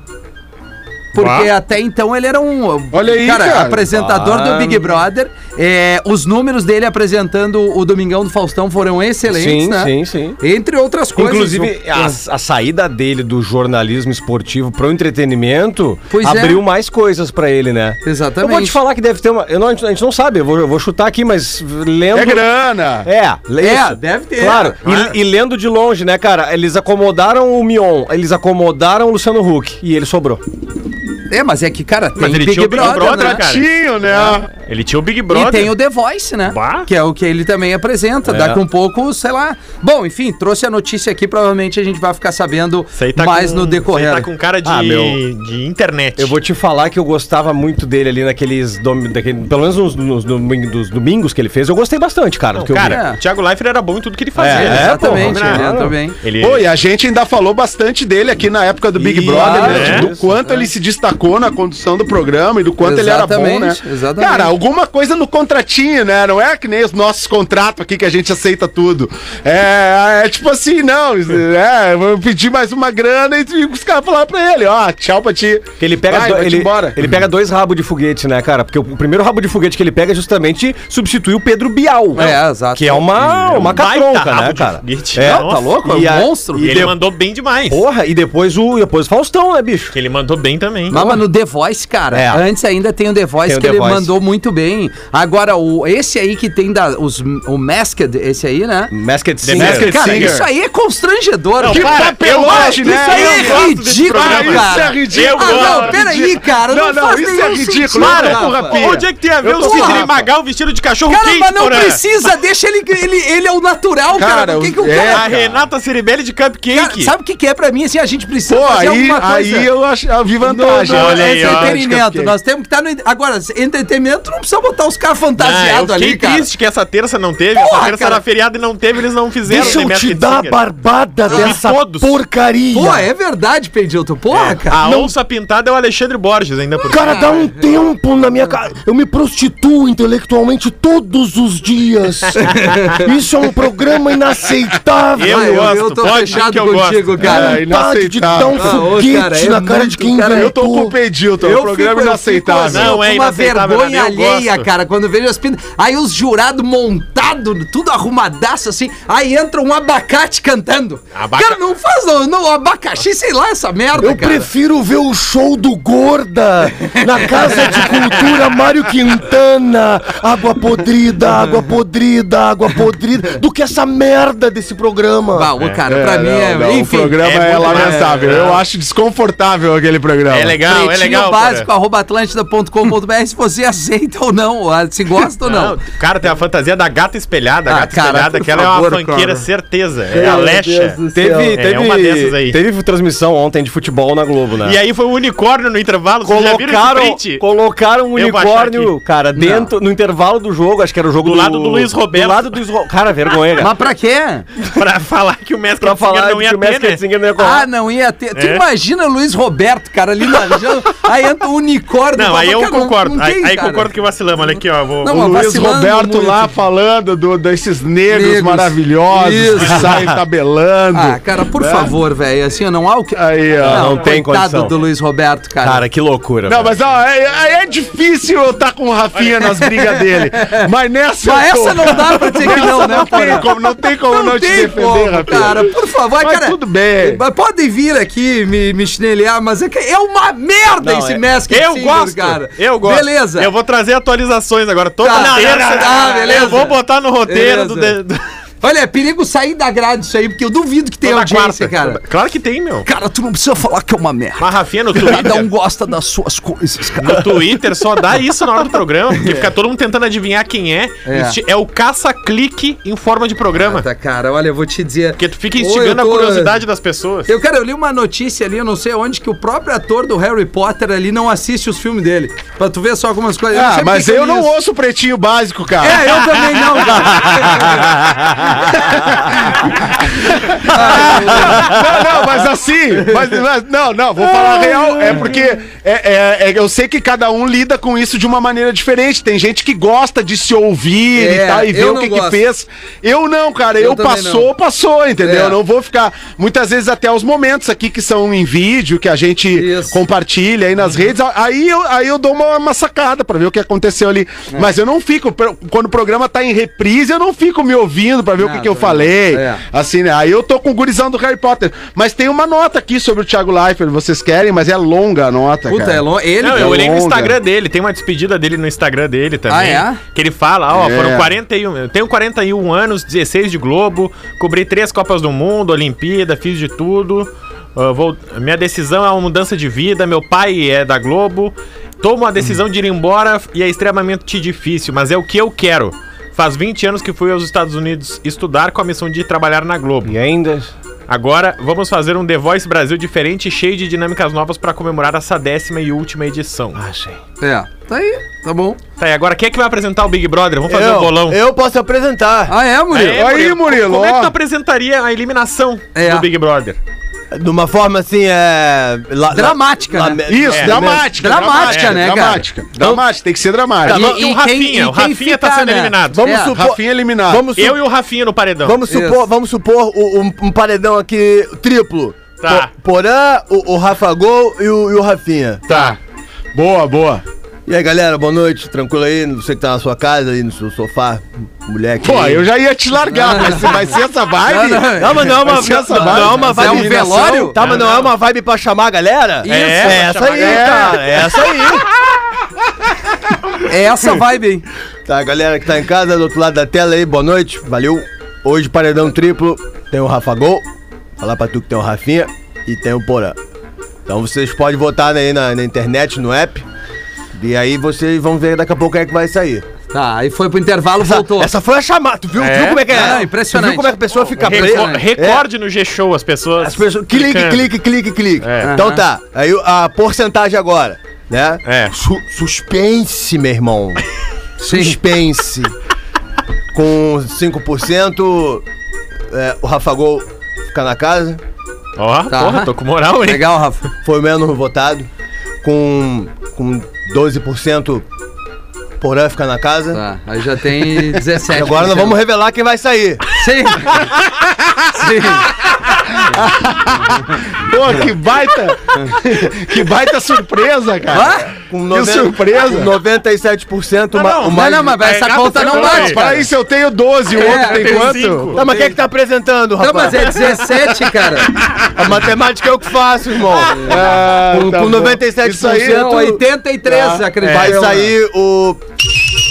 B: Porque
C: Bah.
B: até então ele era um
E: Olha aí, cara.
B: apresentador
D: Bah.
B: do Big Brother. É, os números dele apresentando o Domingão do Faustão foram excelentes,
D: Sim,
B: né?
D: sim, sim.
B: Entre outras coisas.
D: Inclusive, a, a saída dele do jornalismo esportivo para o entretenimento
B: Pois é.
D: abriu mais coisas para ele, né?
B: Exatamente.
D: Eu vou te falar que deve ter uma. eu não- a gente não sabe, eu vou, eu vou chutar aqui, mas lendo.
E: É grana!
D: É, Ah.
B: É,
D: isso.
B: deve ter.
D: Claro, e, e lendo de longe, né, cara? Eles acomodaram o Mion, eles acomodaram o Luciano Huck e ele sobrou.
B: É, mas é que, cara, tem
C: Mas ele
B: Big
C: tinha o Big
B: Brother,
C: Brother,
B: né?
C: cara. É.
E: Tinho, né?
C: Ele tinha o Big
B: E
C: Brother.
B: tem o The Voice, né?
C: Bah.
B: Que é o que ele também apresenta.
D: É.
B: Daqui um pouco, sei lá. Bom, enfim, trouxe a notícia aqui. Provavelmente a gente vai ficar sabendo
C: Isso aí tá
B: mais
C: com-
B: no
C: isso aí
B: decorrer.
C: tá com cara de,
D: Ah, meu.
C: de internet.
D: Eu vou te falar que eu gostava muito dele ali naqueles. dom- daquele- pelo menos nos, nos domi- dos domingos que ele fez, eu gostei bastante, cara.
C: Não,
D: do que eu vi.
C: cara,
B: vi.
C: o Thiago Leifert era bom em tudo que ele fazia.
D: É,
C: né?
B: Exatamente,
C: Porra,
B: ele
C: né?
B: entrou bem.
C: Ele-
E: Pô, e a gente ainda falou bastante dele aqui na época do Big
D: Ih,
E: Brother, né?
C: é.
E: Do quanto ele se destacou na condução do programa e do quanto ele era bom, né?
B: Exatamente, exatamente.
E: Cara, alguma coisa no contratinho, né? Não é que nem os nossos contratos aqui que a gente aceita tudo. É, é tipo assim, não, é, eu vou pedir mais uma grana e os caras falaram pra ele, ó, tchau pra ti.
D: Que ele pega,
E: Vai,
D: do-
E: vai-te
D: ele,
E: embora.
D: ele pega dois rabos de foguete, né, cara? Porque o primeiro rabo de foguete que ele pega é justamente substituir o Pedro Bial.
B: É, exato.
D: Que é uma, uma
C: baita
D: catronca,
C: rabo
D: né,
C: de
D: cara?
C: foguete.
D: É,
C: Não, tá
B: louco? É um
D: E a-
B: monstro.
C: E
D: E
C: ele
D: de-
C: mandou bem demais.
D: Porra, e depois o, depois o Faustão, né, bicho?
C: Que ele mandou bem também.
B: Não, mas no The Voice, cara.
D: É.
B: Antes ainda tem o The Voice
D: Tem o
B: que
D: The
B: ele
D: Voice.
B: mandou muito bem. Agora, o, esse aí que tem da, os, o Masked, esse aí, né?
D: Masked
C: The
D: Singer.
C: Masked
B: Cara,
C: Singer.
B: isso aí é constrangedor. Tipo, Ah,
C: Não,
B: Que
C: para, eu gosto,
B: Isso
C: né?
B: aí
C: Eu
B: é
C: gosto desse
B: ridículo,
C: programa.
B: cara.
E: Isso é ridículo.
B: Ah, não,
C: Cara,
B: peraí, cara. Não,
E: Não, não,
B: faz
E: isso é
B: nenhum
E: ridículo.
B: sentido,
E: Para,
B: Rafa.
E: porra,
C: Pô, Onde é que tem a ver
E: Eu
C: o
E: tô
C: Sidney
E: Rafa.
C: Magal vestido de cachorro
B: Cara,
C: quente,
B: mas não
C: porra?
B: precisa, deixa ele, ele, ele é o natural, cara.
E: Cara,
B: Por que, que o
E: é,
B: cara.
C: A Renata Ciribelli de
B: Cara,
C: Cupcake.
B: sabe o que, que é pra mim? Assim, a gente precisa
E: Pô, aí,
B: fazer alguma coisa.
E: aí eu, acho, eu vi vantagem.
C: Não, não, olha
B: é
C: aí, ó.
B: entretenimento. Nós temos que estar no. en- Agora, entretenimento não precisa botar os caras
C: Ah, eu
B: fantasiados
C: fiquei
B: ali, cara.
C: triste que essa terça não teve,
B: Porra,
C: essa terça
B: cara.
C: era feriado e não teve, eles não fizeram
D: Deixa
C: The
D: eu te
C: Masked
D: dar a
C: Singer.
D: barbada dessa
C: todos.
D: porcaria.
B: Pô, é verdade, Pedilto. Porra, cara.
C: A onça pintada é o Alexandre Borges, ainda por
D: Cara, dá um tempo na minha cara. Eu me prostituo intelectualmente todos os dias. Isso é um programa inaceitável.
C: Eu
B: Ah, eu,
C: gosto,
B: eu tô
C: pode
B: fechado
C: que eu gosto.
B: contigo, cara.
E: É,
D: Vontade de dar um
B: Ah, ô,
D: foguete
B: cara, é
D: na cara de
B: muito-
D: quem
B: cara,
E: Eu tô com o Pedilton, é um programa
B: fico-
E: inaceitável.
B: fico assim,
C: Não,
B: com
C: é
B: uma
C: inaceitável,
B: vergonha
C: Daniel, eu
B: alheia,
C: gosto.
B: cara, quando eu vejo as pintas. Aí os jurados montados, tudo arrumadaço assim, aí entra um abacate cantando.
C: Abaca-
B: Cara, não faz não, não, abacaxi, sei lá, essa merda,
D: Eu
B: cara.
D: prefiro ver o show do Gorda na Casa de Cultura Mário Quintana. Água podrida, água podrida, água podrida. Do que essa merda desse programa.
B: Bah, ô, cara, pra mim é.
E: não, não,
B: enfim.
E: O programa
C: é
E: é,
C: muito
E: lamentável.
C: mais- né?
E: Eu acho desconfortável aquele programa.
C: É legal, Não, é legal,
B: básico, arroba atlântida.com.br, se você aceita ou não, ou se gosta ou não.
C: Cara, tem a fantasia da gata espelhada. A
B: Ah,
C: gata
B: cara,
C: espelhada,
B: por
C: que ela
B: favor,
C: é uma fanqueira,
B: cara.
C: certeza. É a Lecha.
G: Teve,
C: É, é
G: teve,
C: uma dessas aí.
G: teve transmissão ontem de futebol na Globo, né?
C: E aí foi o unicórnio no intervalo. vocês já viram esse
G: Colocaram,
C: print?
G: colocaram um
C: Eu vou achar
G: unicórnio, cara, dentro, no intervalo do jogo, acho que era o jogo
C: Do lado do Luiz Roberto.
G: Do lado do Luiz Roberto. Cara, vergonha, cara.
B: Mas pra quê?
C: pra falar que o Messi
G: pra falar
C: não ia
G: que o Messi
C: ter, né?
G: Ketzinger não ia
B: Ah,
G: colar.
B: não ia ter. Tu
C: É.
B: imagina o Luiz Roberto, cara, ali na janta, aí entra o unicórnio.
C: Não, aí eu
B: Cara,
C: concordo.
B: não
C: aí
B: tem,
C: aí
B: cara.
C: concordo que vacilamos. Olha aqui, ó. Vou,
B: Não,
C: vou-
E: O
B: mas
E: Luiz
B: vacilando
E: Roberto
B: muito.
E: lá falando do, desses negros,
B: Negros.
E: maravilhosos
B: Isso.
E: que saem tabelando.
B: Ah, cara, por favor, velho, assim, não há o que...
E: Aí, ó.
G: não tem
B: coitado
G: condição.
B: do Luiz Roberto, cara.
G: Cara, que loucura.
E: Não,
G: velho.
E: mas ó, é, é difícil eu estar com o Rafinha nas brigas dele. Mas nessa.
B: Mas
E: eu tô,
B: essa não dá pra dizer que não, né,
E: Não tem
B: cara?
E: como não, tem como não, te
B: tem
E: defender,
B: como,
E: Rafinha.
B: Cara, por favor,
E: Mas
B: cara. eh,
E: tudo bem.
B: Mas podem vir aqui me, me chinelhar, mas é, que é uma merda
G: Não,
B: esse
G: é-
B: Mask
C: Eu
B: Singer,
C: gosto,
B: cara.
C: eu gosto.
B: Beleza.
C: Eu vou trazer atualizações agora. Toda
B: Tá, não,
C: terça.
B: não,
C: Ah,
B: não, não, beleza.
C: Eu vou botar no roteiro do,
B: Beleza.
C: do-
B: Olha, é perigo sair da grade isso aí, porque eu duvido que tenha
C: toda
B: audiência,
C: quarta.
B: cara.
C: Claro que tem, meu.
B: Cara, tu não precisa falar que é uma merda.
C: Mas Rafinha no
B: Cada um
C: Twitter,
B: gosta das suas coisas, cara.
C: no Twitter só dá isso na hora do programa, porque fica todo mundo tentando adivinhar quem é.
B: É.
C: Este- É, o caça-clique em forma de programa.
B: Tá, cara, olha, eu vou te dizer.
C: Porque tu fica
B: Ô,
C: instigando
B: eu tô-
C: a curiosidade das pessoas.
B: Eu, cara, eu li uma notícia ali, eu não sei onde, que o próprio ator do Harry Potter ali não assiste os filmes dele. Pra tu ver só algumas coisas.
E: Ah,
B: sei
E: mas
B: porque
E: eu
B: li
E: não
B: isso.
E: ouço o pretinho básico, cara.
B: É, eu também não, cara.
E: Não, não, mas assim. mas- mas- não, não, vou falar a real. É porque é, é- é- eu sei que cada um lida com isso de uma maneira diferente. Tem gente que gosta de se ouvir
B: É,
E: e tal, e ver
B: eu
E: o que,
B: não
E: que
B: gosto.
E: fez. Eu não, cara.
B: Eu
E: Eu,
B: também
E: passou,
B: não.
E: passou, entendeu?
B: É.
E: Eu não vou ficar. Muitas vezes até os momentos aqui que são em vídeo, que a gente
B: Isso.
E: compartilha aí nas redes. Aí eu, aí eu dou uma, uma sacada pra ver o que aconteceu ali.
B: É.
E: Mas eu não fico. Quando o programa tá em reprise, eu não fico me ouvindo pra ver o
B: Não,
E: que, que eu
B: Ah, também não.
E: falei.
B: É.
E: Assim, né? Aí eu tô com o gurizão do Harry Potter. Mas tem uma nota aqui sobre o Thiago Leifert, vocês querem, mas é longa a nota,
B: Puta,
E: cara.
B: é longe. Ele
C: Não,
B: que
C: eu
B: é
C: olhei no
E: longa.
C: Instagram dele, tem uma despedida dele no Instagram dele também.
B: Ah,
C: Que ele fala, ó,
E: É.
C: foram 41, eu tenho 41 anos, 16 de Globo, cobri três Copas do Mundo, Olimpíada, fiz de tudo. Ah, vou- minha decisão é uma mudança de vida, meu pai é da Globo. Tomo a decisão de ir embora e é extremamente difícil, mas é o que eu quero. Faz 20 anos que fui aos Estados Unidos estudar com a missão de trabalhar na Globo.
G: E ainda...
C: Agora vamos fazer um The Voice Brasil diferente e cheio de dinâmicas novas para comemorar essa décima e última edição.
B: É, tá aí, tá bom.
C: Tá, e agora quem é que vai apresentar o Big Brother? Vamos fazer
G: eu,
C: um bolão.
G: eu posso apresentar.
B: Ah, é, Murilo?
C: Aê,
E: Aí, Murilo,
C: Como é que tu
E: ó.
C: apresentaria a eliminação
B: É.
C: do Big Brother?
G: De uma forma assim, é... la-
B: Dramática,
G: la-
B: né?
E: Isso,
C: É.
E: dramática,
B: Dramática,
E: dramática,
B: né, cara?
E: Dramática, dramática, tem que ser dramática.
C: Tá, E, o Rafinha, o Rafinha tá sendo eliminado.
G: Vamos
B: É.
E: O
G: supor...
E: Rafinha eliminado.
G: Vamos supor...
C: Eu e o Rafinha no paredão.
G: Vamos
B: Isso.
G: supor, vamos supor o- um, um paredão aqui triplo.
C: Tá.
G: Po- Porã, o, o Rafa Gol e o, e o Rafinha.
E: Tá. Boa, boa.
G: E aí, galera, boa noite. Tranquilo aí? Você que tá na sua casa, aí no seu sofá, moleque.
E: Pô, eu já ia te largar, mas se vai ser essa vibe.
B: Não, não,
G: Não, mas não é uma,
E: Vai ser essa
G: não, não é
E: vibe,
G: uma
E: mas
B: é
G: vibe.
B: um
G: eliminação.
B: velório?
G: Tá, mas não, é uma vibe pra chamar a galera?
B: Isso,
G: é essa aí, cara. É essa aí.
B: É essa vibe, hein?
G: Tá, galera que tá em casa, do outro lado da tela aí, boa noite. Valeu. Hoje, paredão triplo, tem o Rafa Gol. Falar pra tu que tem o Rafinha e tem o Porã. Então vocês podem votar aí na, na internet, no app. E aí vocês vão ver daqui a pouco quem é que vai sair.
B: Tá, aí foi pro intervalo,
G: Essa,
B: voltou.
G: essa foi a chamada. Tu viu, viu como é que é?
B: Ah, impressionante.
G: Tu viu como é que a pessoa fica
C: Reco-
G: presa?
C: recorde no G-Show, as pessoas.
G: As pessoas. Clique,
C: clicando.
G: clique, clique, clique.
C: É.
G: Então
B: Aham.
G: tá. Aí a porcentagem agora, né?
C: É.
G: Su- suspense, meu irmão.
B: Sim.
G: Suspense. Com 5%, é, o Rafa Gol fica na casa.
C: Ó,
B: Tá.
C: porra, tô com moral, hein?
B: Legal, Rafa.
G: Foi o menos votado. Com, com 12%, Porã fica na casa.
B: Tá, aí já tem 17.
G: E agora nós vamos revelar quem vai sair.
B: Sim. Sim.
E: Pô, que baita. que baita surpresa, cara.
B: Hã?
G: Com
E: Que surpresa.
G: com 97%, uma, um
C: não,
G: uma-
B: Mas não, mas essa
C: Renato
B: conta não
C: foi
B: bate,
C: bem.
E: Para
B: cara.
E: isso, eu tenho 12, o
B: É,
E: outro tem
C: tem
E: quanto?
C: cinco.
G: Não, mas quem é que tá apresentando, rapaz?
B: Não, mas é 17, cara.
G: A matemática é o que faço, irmão.
E: Ah,
G: Com-
E: bom.
G: com 97%
E: Isso aí,
B: Não, 83, acredito.
G: Vai
B: eu, né?
G: sair o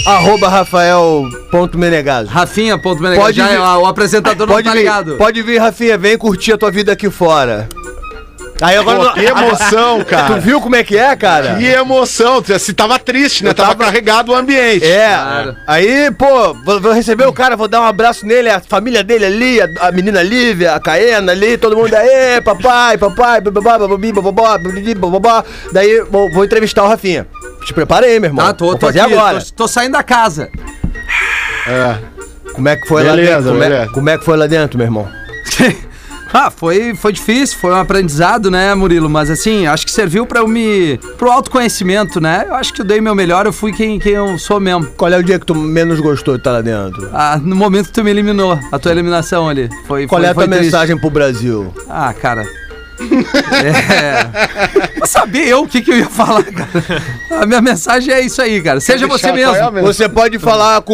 G: arroba rafael.menegaso.
B: Rafinha, ponto Menegas,
G: Pode
B: já
G: vir.
B: é- O apresentador não
G: Pode
B: tá
G: vir,
B: ligado.
G: pode vir, Rafinha, vem curtir a tua vida aqui fora. Aí agora.
E: Pô, que emoção,
G: Tu
E: cara.
G: viu como é que é, cara?
E: Que emoção. Se tava triste, né? Tava carregado o ambiente.
G: É, aí, pô, vou, vou receber o cara, vou dar um abraço nele, a família dele ali, a, a menina Lívia, a Caena ali, todo mundo, aê, papai, papai, bababá, bababi, bababá, babidi, bababá. Daí vou, vou entrevistar o Rafinha. Te prepara aí, meu irmão.
B: Tá, tô,
G: vou
B: tô
G: fazer
B: aqui,
G: agora.
B: Tô, tô saindo da casa.
G: Como é que foi
E: Beleza,
G: lá dentro? Como é,
E: beleza.
G: como é que foi lá dentro, meu irmão?
B: ah, foi, foi difícil, foi um aprendizado, né, Murilo? Mas assim, acho que serviu pra eu me. pro autoconhecimento, né? Eu acho que eu dei meu melhor, eu fui quem, quem eu sou mesmo.
G: Qual é o dia que tu menos gostou de estar lá dentro?
B: Ah, no momento que tu me eliminou, a tua eliminação ali. Foi,
G: Qual
B: foi,
G: é a
B: foi
G: tua
B: triste.
G: mensagem pro Brasil?
B: Ah, cara. é. Vou saber eu o que, que eu ia falar, cara. A minha mensagem é isso aí, cara. Seja você
G: é
B: mesmo.
G: Você pode falar com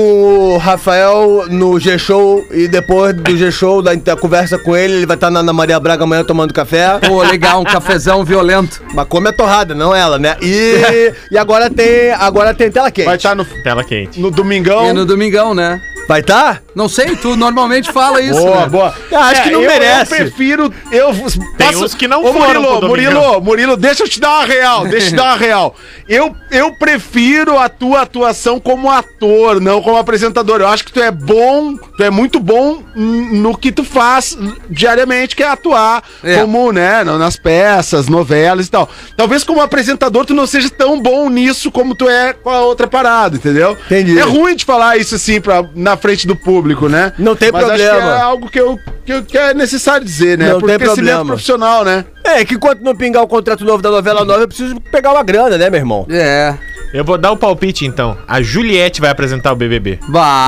G: o Rafael no G-Show e depois do G-Show, da, da conversa com ele, ele vai estar na Ana Maria Braga amanhã tomando café.
B: Pô, legal, um cafezão violento.
G: Mas come a torrada, não ela, né? E, e agora tem. Agora tem tela quente.
E: Vai tá- estar no,
C: Tela quente.
E: no
B: E
E: domingão.
B: no domingão, né?
G: Vai tá?
B: Não sei, tu normalmente fala isso.
E: Boa,
B: né?
E: boa. É,
G: Eu acho que não
E: eu,
G: merece.
E: Eu prefiro. Eu
C: Tem uns que não
E: Ô,
C: foram pro
E: Murilo,
C: domingão.
E: Murilo, Murilo, deixa eu te dar uma real. Deixa eu te dar uma real. Eu, eu prefiro a tua atuação como ator, não como apresentador. Eu acho que tu é bom, tu é muito bom hum, no que tu faz diariamente, que é atuar
B: É.
E: como, né, no- nas peças, novelas e tal. Talvez como apresentador tu não seja tão bom nisso como tu é com a outra parada, entendeu?
G: Entendi.
E: É ruim de falar isso assim pra, na frente do público, né?
G: Não tem
E: Mas acho que
G: problema.
E: é algo que, eu, que, eu- que é necessário dizer, né?
G: Não
E: Pro
G: tem
E: crescimento
G: problema.
E: profissional, né?
G: É, que enquanto não pingar o contrato novo da novela nova, eu preciso pegar uma grana, né, meu irmão?
B: É.
C: Eu vou dar o palpite então. A Juliette vai apresentar o BBB.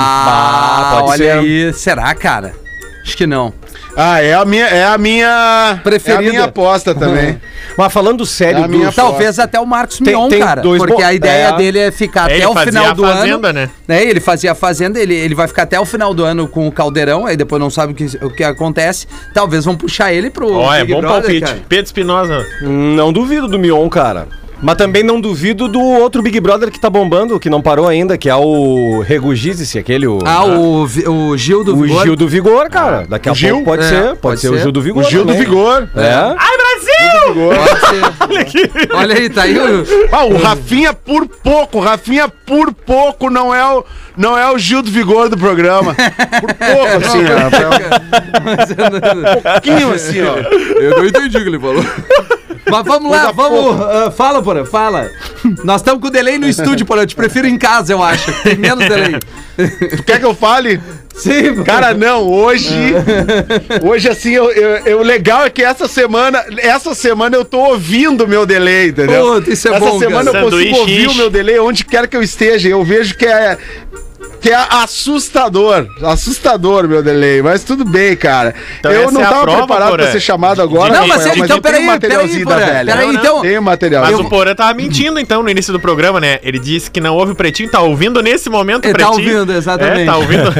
B: Bah,
G: pode
B: olha
G: ser.
B: aí. Será, cara? Acho que não.
E: Ah, é a minha, é a minha
B: Preferida.
E: É a minha aposta também.
G: Mas falando sério,
E: É a
G: do-
E: minha-
B: Talvez até o Marcos
G: Tem-
B: Mion,
G: tem
B: cara.
G: dois
B: porque
G: bo-
B: a ideia
G: é.
B: dele é ficar até
C: É, ele
B: o
C: fazia
B: final
C: a
B: do
C: Fazenda,
B: ano.
C: né?
B: né? Ele fazia a fazenda, ele, ele vai ficar até o final do ano com o caldeirão, aí depois não sabe o que, o que acontece. Talvez vão puxar ele pro.
C: Ó, é
B: Big
C: bom
B: Brother,
C: palpite.
B: cara.
C: Pedro Espinosa.
H: Não duvido do Mion, cara. Mas também não duvido do outro Big Brother que tá bombando, que não parou ainda, que é o Regugize-se, aquele. O,
B: Ah, o, Vi- o Gil do
H: o
B: Vigor.
H: Gil do Vigor, cara. Daqui a
E: O Gil?
H: pouco pode
B: É,
H: ser. Pode,
B: pode
H: ser,
B: ser. Ah,
H: Ah, o Gil do
G: Uhum.
H: Vigor.
E: O Gil do
H: também.
E: Vigor.
H: É.
B: Pode ser. Olha aí, tá aí o.
E: Ah, o Rafinha por pouco, o Rafinha por pouco não é o, não é o Gil do Vigor do programa. Por pouco,
B: é, um- tá.
E: assim, ó. Um pouquinho, assim, ó.
B: Eu não entendi o que ele falou. é Mas vamos lá, vamos. ah, fala, Porã, fala. Nós estamos com delay no estúdio, Porã. Eu te prefiro em casa, eu acho. Tem menos delay.
E: Tu quer que eu fale?
B: Sim, Porã.
E: Cara, não, hoje. Hoje, assim, eu, eu- eu- o legal é que essa semana, essa semana eu tô ouvindo o meu delay, entendeu?
B: Puta, isso é
E: essa
B: bom,
E: semana
C: cara.
E: eu consigo
C: Sanduíche,
E: ouvir o
C: ixi.
E: meu delay onde quer que eu esteja. Eu vejo que é. Que é assustador, assustador meu delay, mas tudo bem, cara.
C: Então
E: eu
C: essa
E: não
C: é a
E: tava
C: prova,
E: preparado
C: Porã.
E: pra ser chamado agora,
B: Não, mas
E: Rafael,
B: então,
E: eu tenho
B: peraí,
E: um materialzinho
B: peraí,
E: da
B: Porã,
E: velha.
B: peraí,
E: Não, não,
B: então-
E: Tem um material.
C: Mas o Porã tava mentindo então no início do programa, né? Ele disse que não ouve o Pretinho, tá ouvindo nesse momento o
B: Ele tá
C: Pretinho.
B: ouvindo, exatamente.
C: É, tá ouvindo.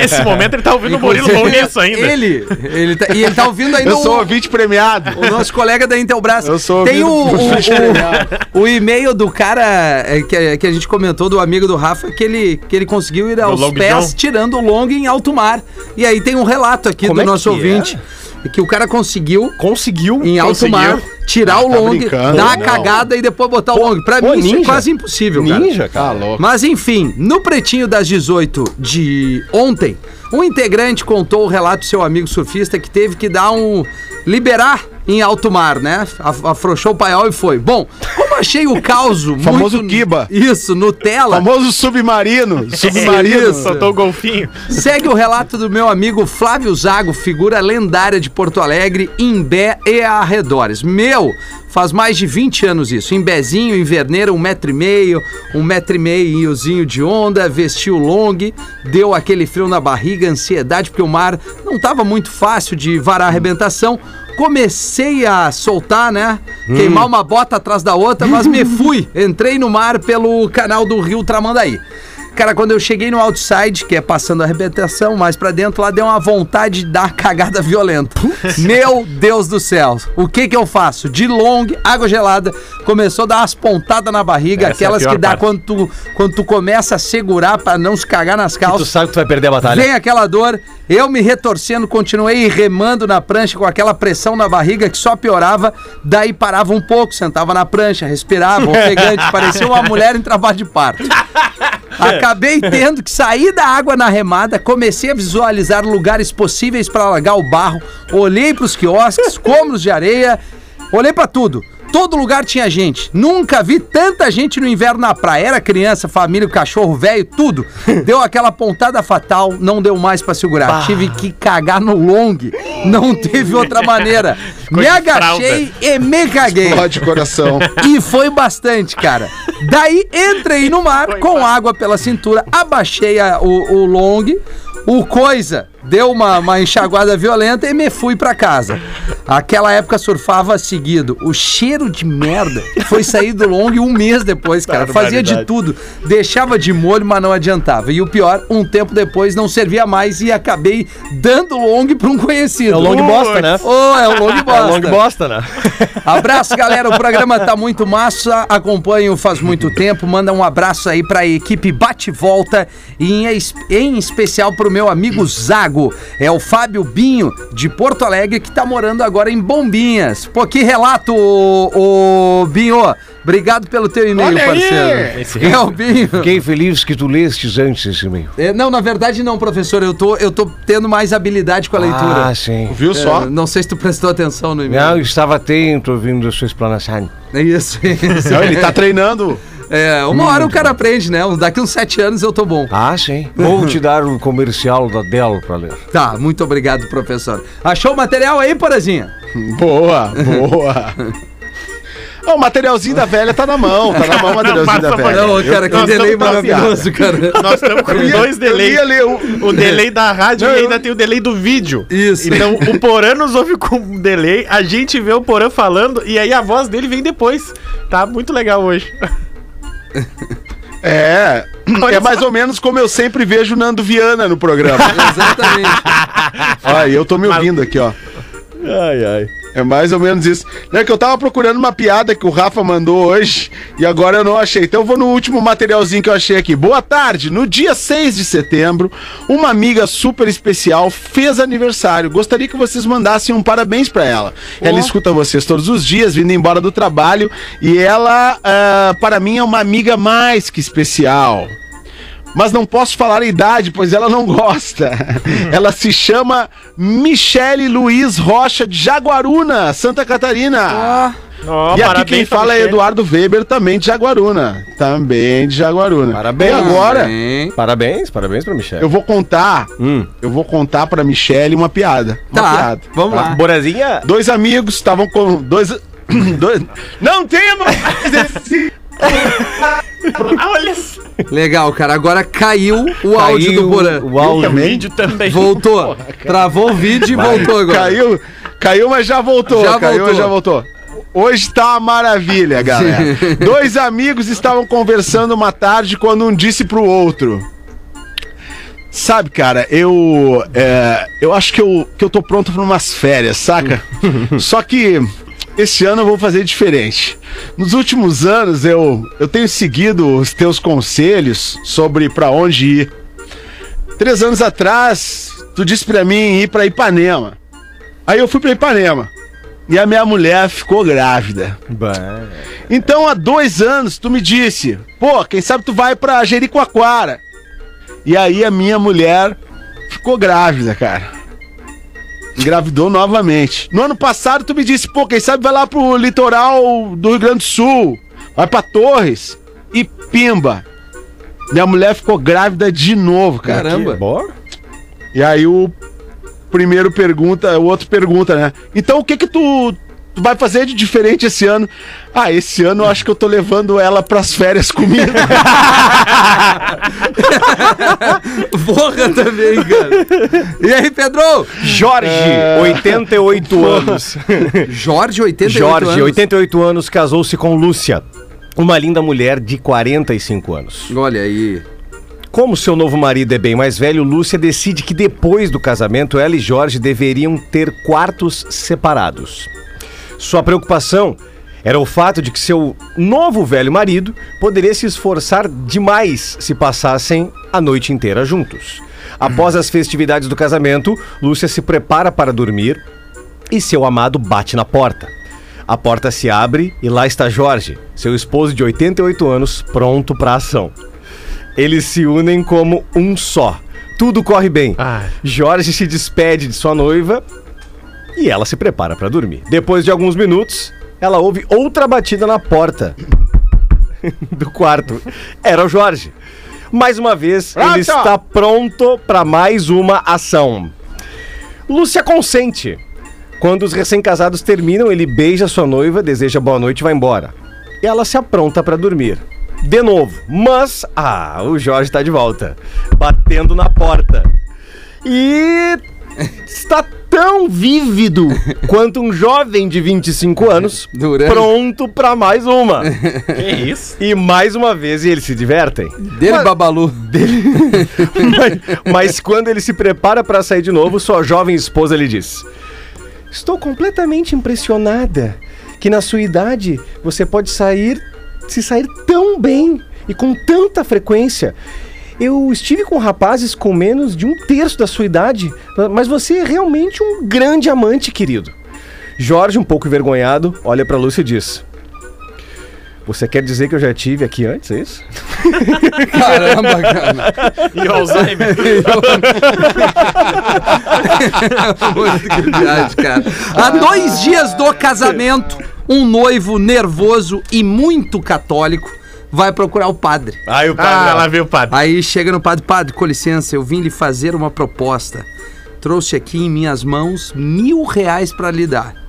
C: nesse momento ele tá ouvindo o Murilo
B: Inclusive,
C: Lourenço ainda.
B: Ele, ele tá, e ele tá ouvindo ainda
E: Eu sou
B: o,
E: ouvinte premiado.
B: o nosso colega da Intelbras.
E: Eu sou
B: Tem o,
E: ouvido por gente
B: o, o, o e-mail do cara é, que, é, que a gente comentou, do amigo do Rafa, que ele, que ele conseguiu ir aos
C: Long
B: pés
C: John.
B: tirando o long em alto mar. E aí tem um relato aqui
H: Como
B: do
H: é
B: nosso
H: que é?
B: ouvinte que o cara conseguiu
H: Conseguiu.
B: em alto
C: Conseguiu.
B: mar, tirar
H: Ah,
B: o long,
E: brincando,
B: dar a
E: não.
B: cagada e depois botar o long. Pra
H: tá pô,
B: mim isso é
H: ninja.
B: quase impossível, cara.
H: Ninja, cara.
B: Mas enfim, no Pretinho das 18 de ontem, um integrante contou o relato do seu amigo surfista que teve que dar um. liberar em alto mar, né? Af- Afrouxou o paiol e foi. Bom, como achei o caos. muito-
E: Famoso Kiba.
B: Isso,
E: O
B: Nutella.
E: famoso submarino.
C: Marido,
E: Submarino.
C: soltou o golfinho.
B: Segue o relato do meu amigo Flávio Zago, figura lendária de Porto Alegre, Imbé e arredores. Meu, faz mais de 20 anos isso. Imbezinho, inverneira, um metro e meio, um metro e meiozinho de onda, vestiu long, deu aquele frio na barriga, ansiedade, porque o mar não estava muito fácil de varar a arrebentação. Comecei a soltar, né? Queimar uma bota atrás da outra, mas me fui. Entrei no mar pelo canal do Rio Tramandaí. Cara, quando eu cheguei no outside, que é passando a arrebentação, mais pra dentro, lá deu uma vontade de dar uma cagada violenta. Meu Deus do céu. O que que eu faço? De long, água gelada, começou a dar umas pontadas na barriga,
C: Essa é a
B: aquelas
C: pior
B: que dá
C: parte.
B: quando tu, quando tu começa a segurar pra não se cagar nas
H: Tu
B: calças.
H: sabe que tu vai perder a batalha.
B: Vem aquela dor, eu me retorcendo, continuei remando na prancha com aquela pressão na barriga que só piorava. Daí parava um pouco, sentava na prancha, respirava, ofegante, parecia uma mulher em trabalho de parto. Acabei tendo que sair da água na remada, comecei a visualizar lugares possíveis para largar o barro, olhei para os quiosques, cômoros de areia, olhei para tudo. Todo lugar tinha gente. Nunca vi tanta gente no inverno na praia. Era criança, família, cachorro, velho, tudo. Deu aquela pontada fatal, não deu mais para segurar. Tive que cagar no long. Não teve outra maneira. me
C: de
B: agachei e me caguei.
E: Explode o coração.
B: Então, E foi bastante, cara. Daí entrei no mar com água pela cintura, abaixei a- o, o long, o coisa deu uma, uma enxaguada violenta e me fui pra casa. Aquela época surfava seguido. O cheiro de merda foi sair do long um mês depois, cara. Fazia de tudo. Deixava de molho, mas não adiantava. E o pior, um tempo depois não servia mais e acabei dando long pra um conhecido.
H: É o long bosta, né?
B: Oh, é o long bosta.
H: É o long bosta, né?
B: Abraço, galera. O programa tá muito massa. Acompanho faz muito tempo. Manda um abraço aí pra equipe Bate e Volta e em, es- em especial pro meu amigo Zago. É o Fábio Binho, de Porto Alegre, que tá morando agora em Bombinhas. Pô, que relato, ô, ô, Binho. Obrigado pelo teu e-mail, parceiro. É o Binho.
H: Fiquei feliz que tu lestes antes esse meio.
B: É, Não, na verdade não, professor. Eu tô, eu tô tendo mais habilidade com a leitura.
H: Ah, sim.
E: Viu só?
B: É, não sei se tu prestou atenção no
H: Não,
B: e-mail.
H: estava atento ouvindo a sua explanação.
B: É isso, isso.
E: Não, ele tá treinando.
B: É, uma hora o cara aprende, né? Daqui uns sete anos eu tô bom.
H: Ah, sim. Vou te dar o comercial da Dell pra ler.
B: Tá, muito obrigado, professor. Achou o material aí, Porazinha?
E: Boa, boa. Ó, o materialzinho da velha tá na mão, tá na mão o materialzinho da velha.
B: Não, cara, que
C: nós
B: delay
C: estamos
B: maravilhoso, cara.
C: Nós estamos com dois delays.
E: assim, Eu ia ler o-
C: O delay da rádio
E: Não,
C: e
E: eu-
C: ainda tem o delay do vídeo.
B: Isso.
C: Então o Porã nos ouve com um delay, a gente vê o Porã falando e aí a voz dele vem depois. Tá muito legal hoje.
E: É,
C: Olha
E: é mais ou menos como eu sempre vejo o Nando Viana no programa.
B: Exatamente.
E: Ó, e eu tô me ouvindo aqui, ó.
C: Ai, ai.
E: É mais ou menos isso. Não é que eu tava procurando uma piada que o Rafa mandou hoje e agora eu não achei. Então eu vou no último materialzinho que eu achei aqui. Boa tarde. No dia 6 de setembro, uma amiga super especial fez aniversário. Gostaria que vocês mandassem um parabéns pra ela. Ela escuta vocês todos os dias, vindo embora do trabalho, e ela, ah, para mim, é uma amiga mais que especial mas não posso falar a idade, pois ela não gosta. ela se chama Michele Luiz Rocha de Jaguaruna, Santa Catarina.
C: Ó,
E: e aqui
C: parabéns
E: quem
C: pra
E: fala é
C: Michele.
E: Eduardo Weber, também de Jaguaruna. Também de Jaguaruna.
H: Parabéns.
E: E agora,
B: Hein?
H: Parabéns, parabéns pra Michel. Hum.
E: eu vou contar, eu vou contar pra Michele uma piada. Uma
B: Tá,
E: piada.
B: vamos lá.
H: Borazinha?
E: Dois amigos estavam com. Dois. dois não temos!
C: Ah,
B: Legal, cara. Agora caiu o áudio do Porã.
H: O áudio.
C: um vídeo também.
B: Voltou. Travou o vídeo e voltou agora.
E: Caiu, caiu, mas já voltou.
B: Já
E: caiu,
B: voltou.
E: mas já voltou. Hoje tá uma maravilha, galera. Dois amigos estavam conversando uma tarde quando um disse pro outro. Sabe, cara, eu. é, eu acho que eu, que eu tô pronto pra umas férias, saca? Só que esse ano eu vou fazer diferente. Nos últimos anos eu, eu tenho seguido os teus conselhos sobre pra onde ir. Três anos atrás, tu disse pra mim ir pra Ipanema. Aí eu fui pra Ipanema. E a minha mulher ficou grávida. Então há dois anos tu me disse, pô, quem sabe tu vai pra Jericoacoara. E aí a minha mulher ficou grávida, cara. Engravidou novamente. No ano passado tu me disse, pô, quem sabe vai lá pro litoral do Rio Grande do Sul, vai pra Torres e pimba. Minha mulher ficou grávida de novo, cara.
B: Caramba.
E: E aí o primeiro pergunta, o outro pergunta, né? Então o que que tu, tu vai fazer de diferente esse ano? Ah, esse ano eu acho que eu tô levando ela pras férias comigo.
B: Porra também, cara. E aí, Pedro?
H: Jorge,
E: É,
H: 88 anos.
B: Jorge, 88
H: Jorge,
B: anos.
H: 88 anos, casou-se com Lúcia, uma linda mulher de 45 anos.
B: Olha aí.
H: Como seu novo marido é bem mais velho, Lúcia decide que depois do casamento ela e Jorge deveriam ter quartos separados. Sua preocupação era o fato de que seu novo velho marido poderia se esforçar demais se passassem a noite inteira juntos. Após as festividades do casamento, Lúcia se prepara para dormir e seu amado bate na porta. A porta se abre e lá está Jorge, seu esposo de 88 anos, pronto para ação. Eles se unem como um só. Tudo corre bem.
C: Ai.
H: Jorge se despede de sua noiva e ela se prepara para dormir. Depois de alguns minutos, ela ouve outra batida na porta do quarto. Era o Jorge. Mais uma vez, ele está pronto para mais uma ação. Lúcia consente. Quando os recém-casados terminam, ele beija sua noiva, deseja boa noite e vai embora. E ela se apronta para dormir. De novo, mas ah, o Jorge está de volta, batendo na porta. E está tão vívido quanto um jovem de 25 anos,
B: Durante-
H: pronto para mais uma.
C: Que isso?
H: E mais uma vez eles se divertem.
B: Dele, Babalu.
H: Mas, mas quando ele se prepara para sair de novo, sua jovem esposa lhe diz: Estou completamente impressionada que na sua idade você pode sair, se sair tão bem e com tanta frequência. Eu estive com rapazes com menos de um terço da sua idade, mas você é realmente um grande amante, querido. Jorge, um pouco envergonhado, olha para Lúcia e diz: Você quer dizer que eu já tive aqui antes, é isso?
B: Caramba, cara.
C: E o Alzheimer?
B: Muito que viagem, cara. Há dois dias do casamento, um noivo nervoso e muito católico vai procurar o padre.
H: Aí o
C: Ah, lá veio o padre.
B: Aí chega no padre, padre, com licença, eu vim lhe fazer uma proposta. Trouxe aqui em minhas mãos mil reais para lhe dar.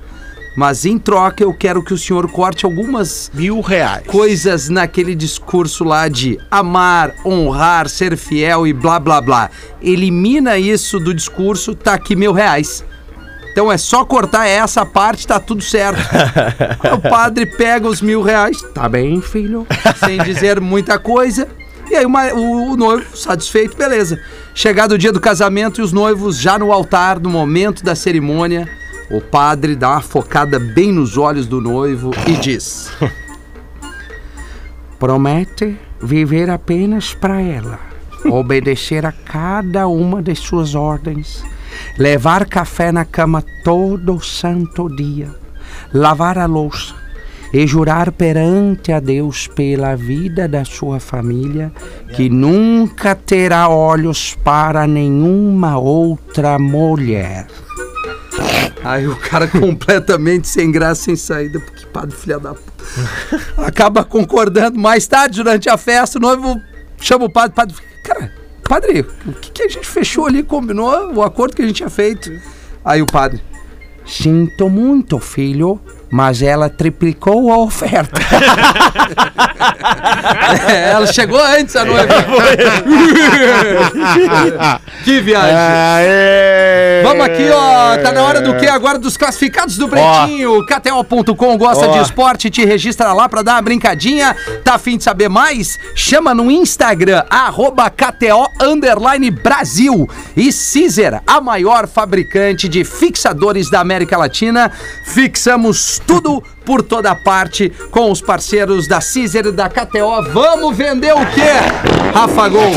B: Mas em troca eu quero que o senhor corte algumas
E: Mil reais.
B: coisas naquele discurso lá de amar, honrar, ser fiel e blá blá blá. Elimina isso do discurso, tá aqui mil reais. Então é só cortar essa parte, tá tudo certo. Aí o padre pega os mil reais, tá bem, filho, sem dizer muita coisa. E aí o ma- o, o noivo, satisfeito, beleza. Chegado o dia do casamento e os noivos já no altar, no momento da cerimônia, o padre dá uma focada bem nos olhos do noivo e diz: promete viver apenas para ela, obedecer a cada uma de suas ordens, levar café na cama todo santo dia, lavar a louça e jurar perante a Deus pela vida da sua família que nunca terá olhos para nenhuma outra mulher. Aí o cara completamente sem graça, sem saída, porque padre filha da puta acaba concordando. Mais tarde, durante a festa, o noivo chama o padre. o padre fica, cara, padre, o que, que a gente fechou ali? Combinou o acordo que a gente tinha feito. Aí o padre. Sinto muito, filho, mas ela triplicou a oferta. É, ela chegou antes a noiva. que viagem. Vamos aqui, ó. Tá na hora do que agora? Dos classificados do Pretinho. KTO.com gosta de esporte, te registra lá pra dar uma brincadinha. Tá afim de saber mais? Chama no Instagram, arroba KTO underline Brasil. E Cizer, a maior fabricante de fixadores da América Latina. Fixamos tudo por toda parte com os parceiros da Cizer e da KTO. Vamos vender o quê? Rafa Gol.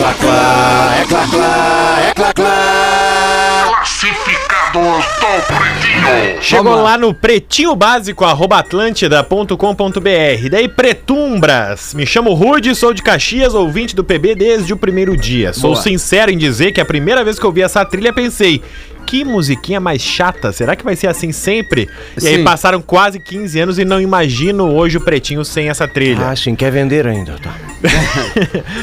C: Chegou
B: Vamos lá.
C: lá no pretinho básico, arroba atlântida.com.br. Daí Pretumbras. Me chamo Rude, sou de Caxias, ouvinte do PB desde o primeiro dia. Sou
B: Boa.
C: sincero em dizer que a primeira vez que eu vi essa trilha pensei. Que musiquinha mais chata, será que vai ser assim sempre? E
B: Sim.
C: aí passaram quase 15 anos e não imagino hoje o Pretinho sem essa trilha.
H: Ah, sim, quer vender ainda, tá?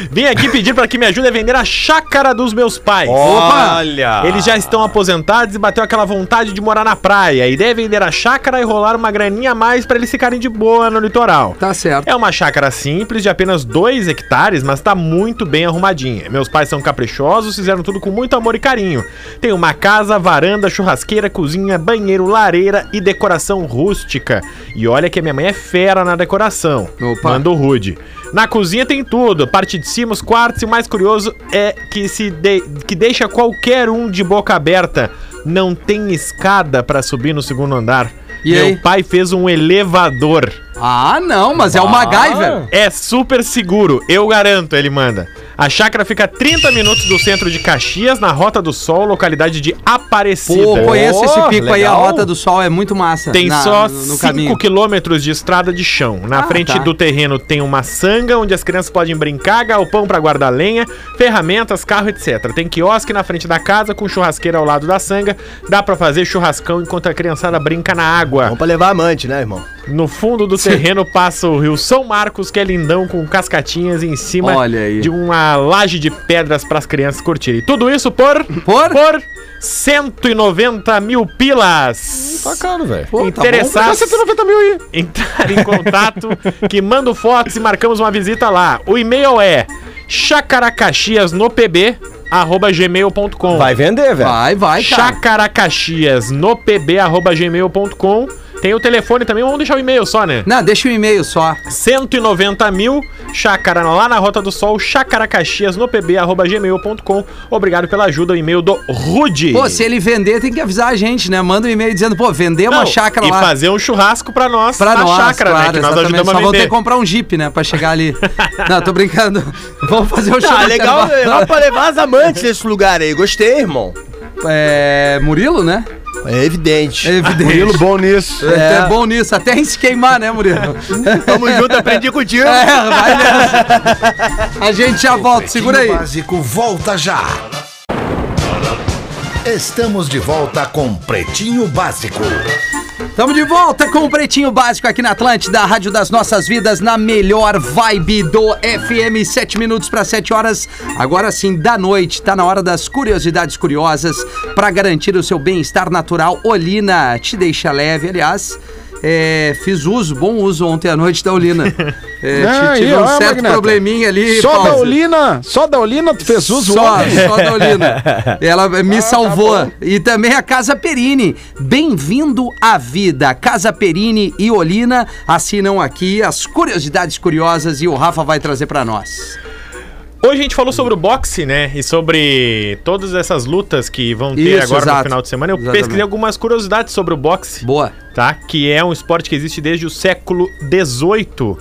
C: Vim aqui pedir para que me ajude a vender a chácara dos meus pais.
H: Olha!
C: Eles já estão aposentados e bateu aquela vontade de morar na praia. A ideia é vender a chácara e rolar uma graninha a mais pra eles ficarem de boa no litoral.
B: Tá certo.
C: É uma chácara simples, de apenas 2 hectares, mas tá muito bem arrumadinha. Meus pais são caprichosos, fizeram tudo com muito amor e carinho. Tem uma casa, varanda, churrasqueira, cozinha, banheiro, lareira e decoração rústica. E olha que a minha mãe é fera na decoração.
B: Opa.
C: Manda do Rude. Na cozinha tem tudo, parte de cima, os quartos e o mais curioso é que se de- que deixa qualquer um de boca aberta. Não tem escada pra subir no segundo andar.
B: E
C: Meu
B: aí?
C: pai fez um elevador.
B: Ah, não, mas é o MacGyver.
C: É super seguro, eu garanto, ele manda. A chácara fica a 30 minutos do centro de Caxias, na Rota do Sol, localidade de Aparecida.
B: Pô, conheço esse
C: Oh,
B: pico aí, a
C: legal.
B: Rota do Sol é muito massa.
C: Tem
B: na-
C: só
B: no- no
C: 5
B: caminho.
C: quilômetros de estrada de chão. Na
B: Ah,
C: frente
B: tá.
C: do terreno tem uma sanga onde as crianças podem brincar, galpão pra guardar lenha, ferramentas, carro, etc. Tem quiosque na frente da casa com churrasqueira ao lado da sanga. Dá pra fazer churrascão enquanto a criançada brinca na água.
H: Ah.
G: Vamos pra levar amante, né, irmão?
C: No fundo do terreno passa o rio São Marcos, que é lindão com cascatinhas em cima
B: Olha aí.
C: de uma laje de pedras pras crianças curtirem. Tudo isso por
B: Por?
C: por 190 mil pilas.
H: Tá caro, velho.
B: Pô, Hum, tá bom.
C: Interessados entrar em contato, que mando fotos e marcamos uma visita lá. O e-mail é chacaracaxiasnopb@gmail.com.
H: Vai vender, velho.
B: Vai, vai, cara.
C: chacaracaxiasnopb@gmail.com. Tem o telefone também, vamos deixar o e-mail só, né?
B: Não, deixa o e-mail só.
C: 190 mil, chácara lá na Rota do Sol, chacaracaxias no pb.gmail.com. Obrigado pela ajuda, o e-mail do Rude.
B: Pô, se ele vender, tem que avisar a gente, né? Manda um e-mail dizendo, pô, vender uma
C: Não,
B: chácara
C: e
B: lá.
C: fazer um churrasco pra nós
B: Pra nós, claro,
C: né, Que nós
B: exatamente.
C: ajudamos
B: Só
C: a
B: vão ter
C: vender.
B: que comprar um Jeep, né, pra chegar ali. Não, tô brincando. Vamos fazer o show.
G: Tá
B: do
G: legal,
B: intervalo.
G: legal
C: né?
G: pra levar as amantes nesse lugar aí. Gostei, irmão.
B: É, Murilo, né?
G: É evidente.
B: É evidente.
E: Murilo bom nisso.
B: É. é bom nisso, até em se queimar, né, Murilo?
G: Tamo junto, aprendi contigo.
B: É, vai nessa. A gente já volta, segura aí.
I: Básico volta já. Estamos de volta com Pretinho Básico.
B: Tamo de volta com o Pretinho Básico aqui na Atlântida, a Rádio das Nossas Vidas, na melhor vibe do FM, 7 minutos para 7 horas. Agora sim, da noite, tá na hora das curiosidades curiosas para garantir o seu bem-estar natural. Olina te deixa leve, aliás. é, fiz uso, bom uso ontem à noite da Olina. É,
H: Ah,
B: ti- tive
H: aí,
B: um
H: ó,
B: certo
H: Magnata.
B: probleminha ali.
H: Só
B: Paulo.
H: da Olina, só da Olina tu fez uso
B: Só,
H: ontem?
C: É.
B: só da Olina. Ela me salvou. e também a Casa Perini. Bem-vindo à vida. Casa Perini e Olina assinam aqui as curiosidades curiosas e o Rafa vai trazer pra nós.
C: Hoje a gente falou sobre o boxe, né? E sobre todas essas lutas que vão ter
B: Isso,
C: agora
B: exato.
C: no final de semana. Eu
B: Exatamente.
C: pesquisei algumas curiosidades sobre o boxe,
B: Boa.
C: tá? Que é um esporte que existe desde o século XVIII,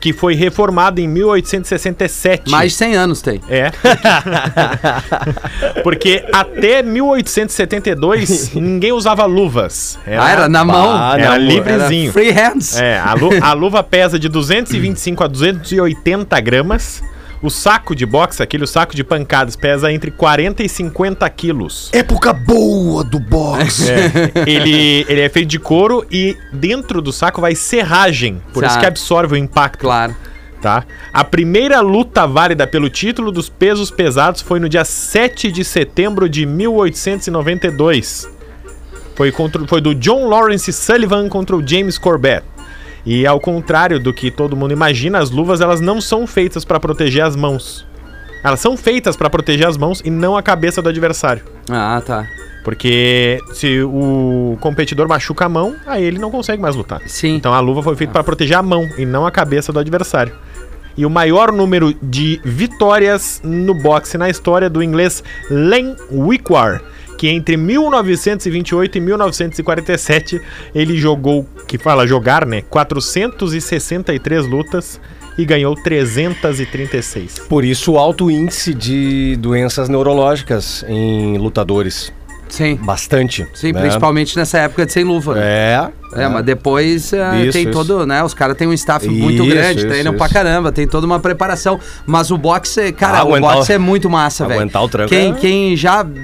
C: que foi reformado em 1867.
B: Mais de 100 anos tem.
C: É. Porque até 1872 ninguém usava luvas.
B: ah, era na mão.
C: era
B: Era
C: livrezinho.
B: Free hands.
C: É, a, lu- a luva pesa de 225 a 280 gramas. O saco de boxe, aquele o saco de pancadas, pesa entre 40 e 50 quilos.
D: Época boa do
B: É.
D: boxe.
C: Ele, ele é feito de couro e dentro do saco vai serragem, por isso
B: Tá.
C: que absorve o impacto,
B: Claro.
C: tá? A primeira luta válida pelo título dos pesos pesados foi no dia 7 de setembro de 1892. Foi, contra, foi do John Lawrence Sullivan contra o James Corbett. E ao contrário do que todo mundo imagina, as luvas elas não são feitas para proteger as mãos. Elas são feitas para proteger as mãos e não a cabeça do adversário.
B: Ah, tá.
C: Porque se o competidor machuca a mão, aí ele não consegue mais lutar.
B: Sim.
C: Então a luva foi feita para proteger a mão e não a cabeça do adversário. E o maior número de vitórias no boxe na história do inglês Len Wickwar, que entre 1928 e 1947 ele jogou, que fala jogar, né, 463 lutas e ganhou 336.
H: Por isso o alto índice de doenças neurológicas em lutadores.
B: Sim.
H: Bastante.
B: Sim,
H: né?
B: principalmente nessa época de sem luva. né?
H: É.
B: É, mas depois eh,
H: Isso,
B: tem
H: isso.
B: todo, né? Os caras têm um staff muito
H: Isso,
B: grande,
H: isso,
B: treinam
H: isso.
B: pra caramba, tem toda uma preparação. Mas o boxe, cara,
H: Ah,
B: o
H: aguentar
B: boxe
H: o-
B: é muito massa, velho.
H: aguentar o tranco
B: Quem,
H: é-
B: quem já uh,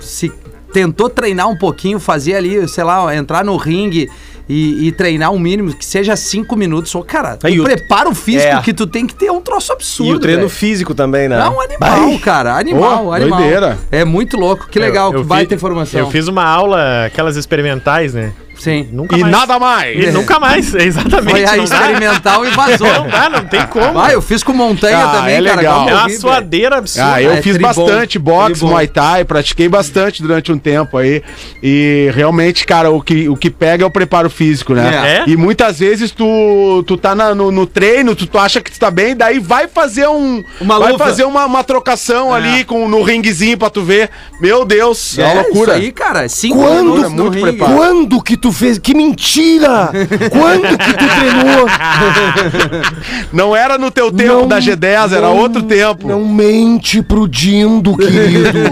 B: se tentou treinar um pouquinho, fazer ali, sei lá, entrar no ringue. E, e treinar um mínimo, que seja cinco minutos. Ô, cara,
H: Aí
B: o
H: o-
B: preparo físico
H: É.
B: que tu tem que ter é um troço absurdo.
H: E o treino
B: velho.
H: físico também, né?
B: É um animal, cara. Animal,
E: Ô,
B: animal.
E: doideira.
B: É muito louco. Que legal,
C: Eu
B: que baita
C: fi-
B: informação.
C: Eu fiz uma aula, aquelas experimentais, né?
B: Sim.
C: Nunca
E: e
C: mais.
E: nada mais.
C: E nunca mais, é exatamente.
B: Foi a
C: não dá.
B: experimental e
C: Não
B: vazou.
C: dá, não tem como.
B: Ah, eu fiz com montanha
E: Ah,
B: também,
E: é
B: cara. um
E: legal.
B: igual
C: é uma
B: Morribe.
C: suadeira absurda.
E: Ah, eu
B: é
E: fiz
B: tribom,
E: bastante boxe,
B: tribom.
E: muay thai, pratiquei bastante durante um tempo aí. E realmente, cara, o que, o que pega é o preparo físico, né?
C: É.
E: E muitas vezes tu, tu tá na- no, no treino, tu, tu acha que tu tá bem, daí vai fazer um.
B: Uma É.
E: vai
B: luva.
E: fazer uma, uma trocação ali com, no ringuezinho pra tu ver. Meu Deus, é, uma loucura.
B: Isso aí, cara. é Cinco
D: Quando?
B: minutos
E: Muito
B: no ringue.
E: preparado.
D: Quando que tu fez? Que mentira! Quando que tu treinou?
E: Não era no teu tempo da G10, era
D: não-
E: outro tempo.
D: Não mente pro Dindo, querido.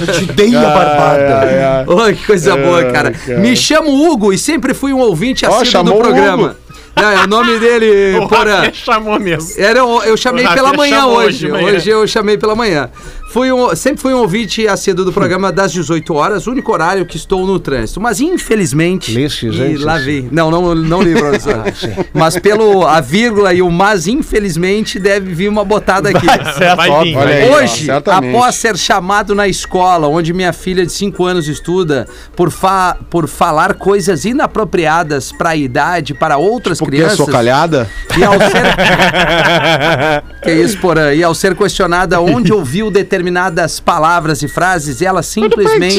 D: Eu te dei a barbada.
B: Oi, que coisa boa,
E: É,
B: cara.
E: cara.
B: Me chamo Hugo e sempre fui um ouvinte assíduo do
E: chamou o
B: programa.
E: Hugo.
B: Não, é o nome dele,
C: O
B: Porã.
C: Rafinha chamou mesmo.
B: Era, eu eu chamei
C: O Rafinha
B: pela manhã
C: chamou
B: hoje.
C: hoje de manhã.
B: Hoje eu chamei pela manhã. Fui um- sempre fui um ouvinte assíduo do programa das 18 horas, único horário que estou no trânsito. Mas infelizmente.
D: Nesses
B: e
D: antes?
B: lá vi. Não, não, não li, professor.
E: Ah,
B: mas pelo a vírgula e o mas, infelizmente, deve vir uma botada aqui.
C: Vai vir.
E: é Olha aí, ó,
B: Hoje,
E: assim, certamente.
B: após ser chamado na escola, onde minha filha de 5 anos estuda, por, fa por falar coisas inapropriadas para a idade, para outras
E: Porque é
B: crianças.
E: socalhada?
B: E ao ser. que isso, Porã? E ao ser questionada onde ouviu determinadas palavras e frases, ela simplesmente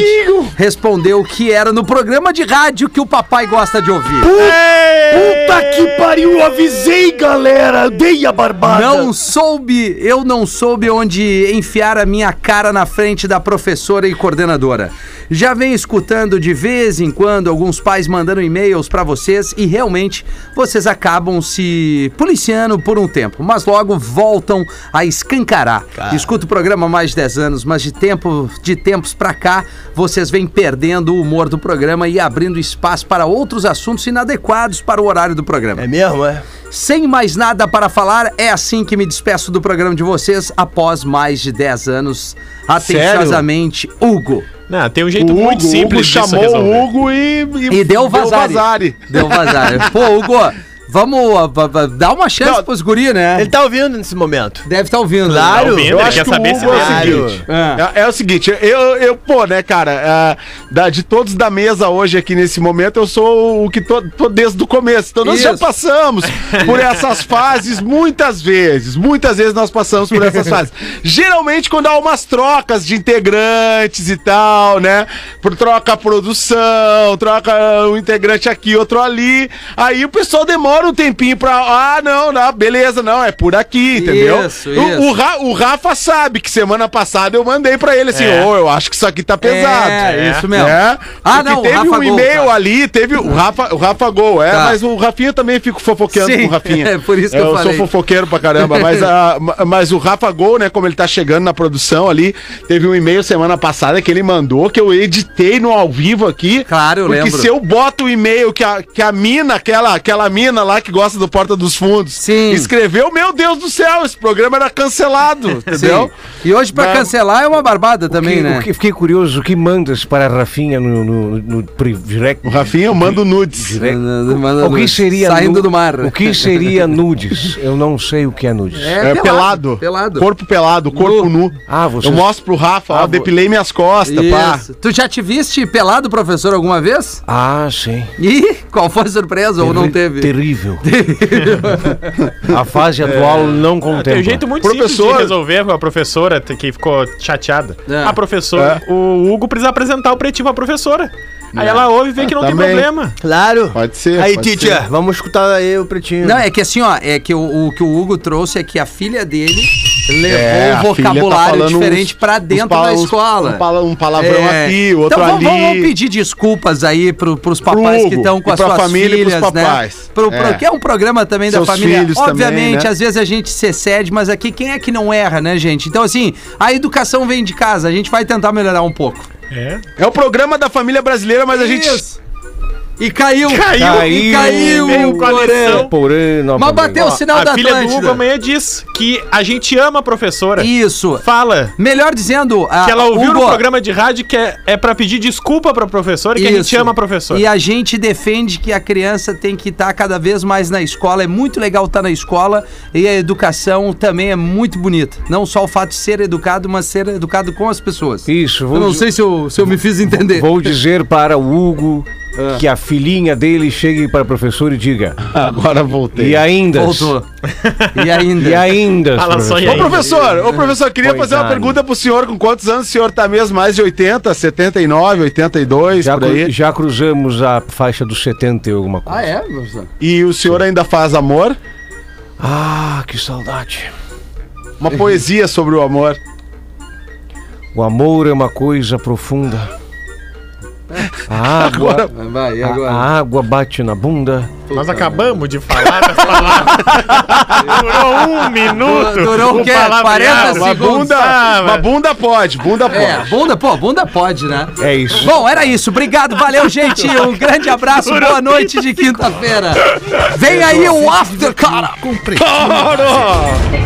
B: respondeu que era no programa de rádio que o papai gosta de ouvir.
D: Puta que pariu, eu avisei, galera. Eu dei a barbada.
B: Não soube, eu não soube onde enfiar a minha cara na frente da professora e coordenadora. Já venho escutando de vez em quando alguns pais mandando e-mails pra vocês e realmente vocês acabam se policiando por um tempo, mas logo voltam a escancarar. Escuto o programa há mais de 10 anos, mas de tempo de tempos pra cá vocês vêm perdendo o humor do programa e abrindo espaço para outros assuntos inadequados para o horário do programa.
G: É mesmo, é?
B: Sem mais nada para falar, é assim que me despeço do programa de vocês após mais de 10 anos. Atenciosamente, Hugo.
C: Não, tem um
E: O
C: jeito
E: Hugo,
C: muito
E: Hugo
C: simples disso
E: chamou
C: resolver.
E: o Hugo e,
B: E deu vazare.
E: vazare.
B: Deu vazar. Pô, Hugo, vamos ó, va- va- dar uma chance
G: Não.
B: pros guri, né?
G: Ele tá ouvindo nesse momento.
B: Deve estar ouvindo.
G: Claro.
B: né?
C: ouvindo,
E: Eu
C: ele
E: acho
C: quer
E: que
C: saber
E: o
C: se
E: Hugo é
C: vai-
E: o
G: Claro.
E: seguinte.
B: Ah.
E: É, é o seguinte, eu, eu pô, né, cara, ah, da, de todos da mesa hoje aqui nesse momento, eu sou o que tô, tô desde o começo. Então nós já
B: Isso.
E: passamos por essas fases muitas vezes. Muitas vezes nós passamos por essas fases. Geralmente quando há umas trocas de integrantes e tal, né? Por troca a produção, troca ah, um integrante aqui, outro ali. Aí o pessoal demora um tempinho pra. Ah, não, não, beleza, não, é por aqui, entendeu?
B: Isso,
E: O-
B: isso.
E: o Ra- o Rafa sabe que semana passada eu mandei pra ele assim, ô, eu acho que isso aqui tá pesado.
B: É, isso mesmo.
E: É.
B: Ah,
E: Ah,
B: não, o
E: teve
B: Rafa
E: um
B: Gol,
E: e-mail
B: tá.
E: ali, teve o Rafa, o Rafa Gol, é,
B: Tá.
E: mas o Rafinha também fico fofoqueando
B: Sim,
E: com o Rafinha.
B: é por isso que eu falei.
E: sou fofoqueiro pra caramba, mas, a- ma- mas o Rafa Gol, né, como ele tá chegando na produção ali, teve um e-mail semana passada que ele mandou, que eu editei no ao vivo aqui.
B: Claro, eu
E: porque
B: lembro.
E: se eu boto o e-mail que a, que a mina, aquela, aquela mina lá que gosta do Porta dos Fundos,
B: Sim.
E: escreveu, meu Deus do céu, esse programa era cancelado,
B: Sim.
E: entendeu?
B: E hoje, pra
E: Mas-
B: cancelar, é uma barbada também,
H: Que-
B: né?
H: o que- fiquei curioso, o que mandas para a Rafinha no, no, no pri- direct?
E: O Rafinha, eu mando nudes.
H: que-
B: Manda-
H: O que seria
B: Saindo
H: nu-
B: do mar.
H: O que seria nudes? Eu não sei o que é nudes.
E: É, pelado,
B: Pelado.
E: Corpo pelado, corpo nu.
H: Ah, você.
E: Eu mostro pro Rafa, ó, depilei minhas costas, pá.
B: Isso. Tu já te viste pelado, professor, alguma vez?
H: Ah, sim.
B: Ih, qual foi a surpresa ou não
H: Terri-
B: teve?
H: Terrível. a fase atual não contempla.
C: Tem um jeito muito simples
E: Professor-
C: de resolver com a professora t- que ficou chateada.
B: É.
C: A professora, o Hugo precisa apresentar o pretinho pra professora. Aí ela ouve e vê que não tem
E: É. Também.
C: problema.
G: Claro.
E: Pode ser.
G: Aí,
E: pode
G: teacher,
E: ser.
G: vamos escutar aí o pretinho.
B: é. Não, é que assim, ó, é que o, o que o Hugo trouxe é que a filha dele levou
E: É, a
B: um
E: filha tá
B: vocabulário
E: falando
B: diferente
E: uns-
B: pra
E: uns
B: dentro
E: pala-
B: da
E: uns-
B: escola.
E: Um, pala- um palavrão
B: É.
E: aqui, outro
B: então,
E: ali.
B: Vamos, vamos pedir desculpas aí pro, pros papais
E: Hugo,
B: que estão com
E: e
B: as
E: pra
B: suas
E: família e pros
B: filhas,
E: papais.
B: né? Pro, pro-
E: É.
B: Que é um programa também
E: Seus
B: da família.
E: filhos também,
B: Obviamente,
E: né?
B: às vezes a gente se excede, mas aqui quem é que não erra, né, gente? Então, assim, a educação vem de casa, a gente vai tentar melhorar um pouco.
C: É.
E: É o programa da família brasileira, mas a gente
B: Isso. E caiu.
C: Caiu.
B: e caiu,
C: Veio com a
B: Porã.
C: lição.
B: Mas
H: Porém, É novamente.
B: bateu o sinal da
C: a filha do Hugo
B: Atlântida.
C: amanhã diz que a gente ama a professora.
B: Isso.
C: Fala
B: Melhor dizendo, a,
E: Ah,
C: que ela ouviu
B: Hugo,
C: no programa de rádio que é, é pra pedir desculpa pra professora e que a gente
B: Isso.
C: ama a professora.
B: E a gente defende que a criança tem que estar cada vez mais na escola. É muito legal estar na escola e a educação também é muito bonita. Não só o fato de ser educado, mas ser educado com as pessoas.
H: Isso,
B: Eu
H: vou,
B: não sei se eu, se eu me fiz entender.
H: vou dizer para o Hugo
B: É.
H: que a filhinha dele chegue para o professor e diga.
E: Agora voltei.
H: E ainda.
B: Voltou. E ainda.
H: E ainda.
C: Fala só e
E: Ô
C: aí.
E: professor, ô professor, queria
H: Pois
E: fazer uma
H: é.
E: pergunta pro senhor, com quantos anos o senhor tá mesmo? Mais de 80, 79, 82,
H: Já,
E: por
H: cru-
E: aí.
H: já cruzamos a faixa dos 70 e alguma coisa.
B: Ah, é, professor?
E: E o senhor ainda faz amor?
H: Ah, que saudade.
E: Uma
H: Uhum.
E: poesia sobre o amor.
H: O amor é uma coisa profunda. A água,
B: Vai, e
H: a-
B: É. agora?
H: a água bate na bunda.
C: Nós acabamos de falar das palavras. Durou um minuto. Ah,
B: Durou o
C: um
B: quê? 40
C: palavreado.
E: Uma
B: segundos.
E: bunda, uma bunda pode, bunda pode.
B: É, bunda, pô, bunda pode, né?
H: É isso.
B: Bom, era isso. Obrigado, valeu, gente. Um grande abraço, boa noite de quinta-feira. Vem aí o After, cara.
I: Com Pretinho Básico.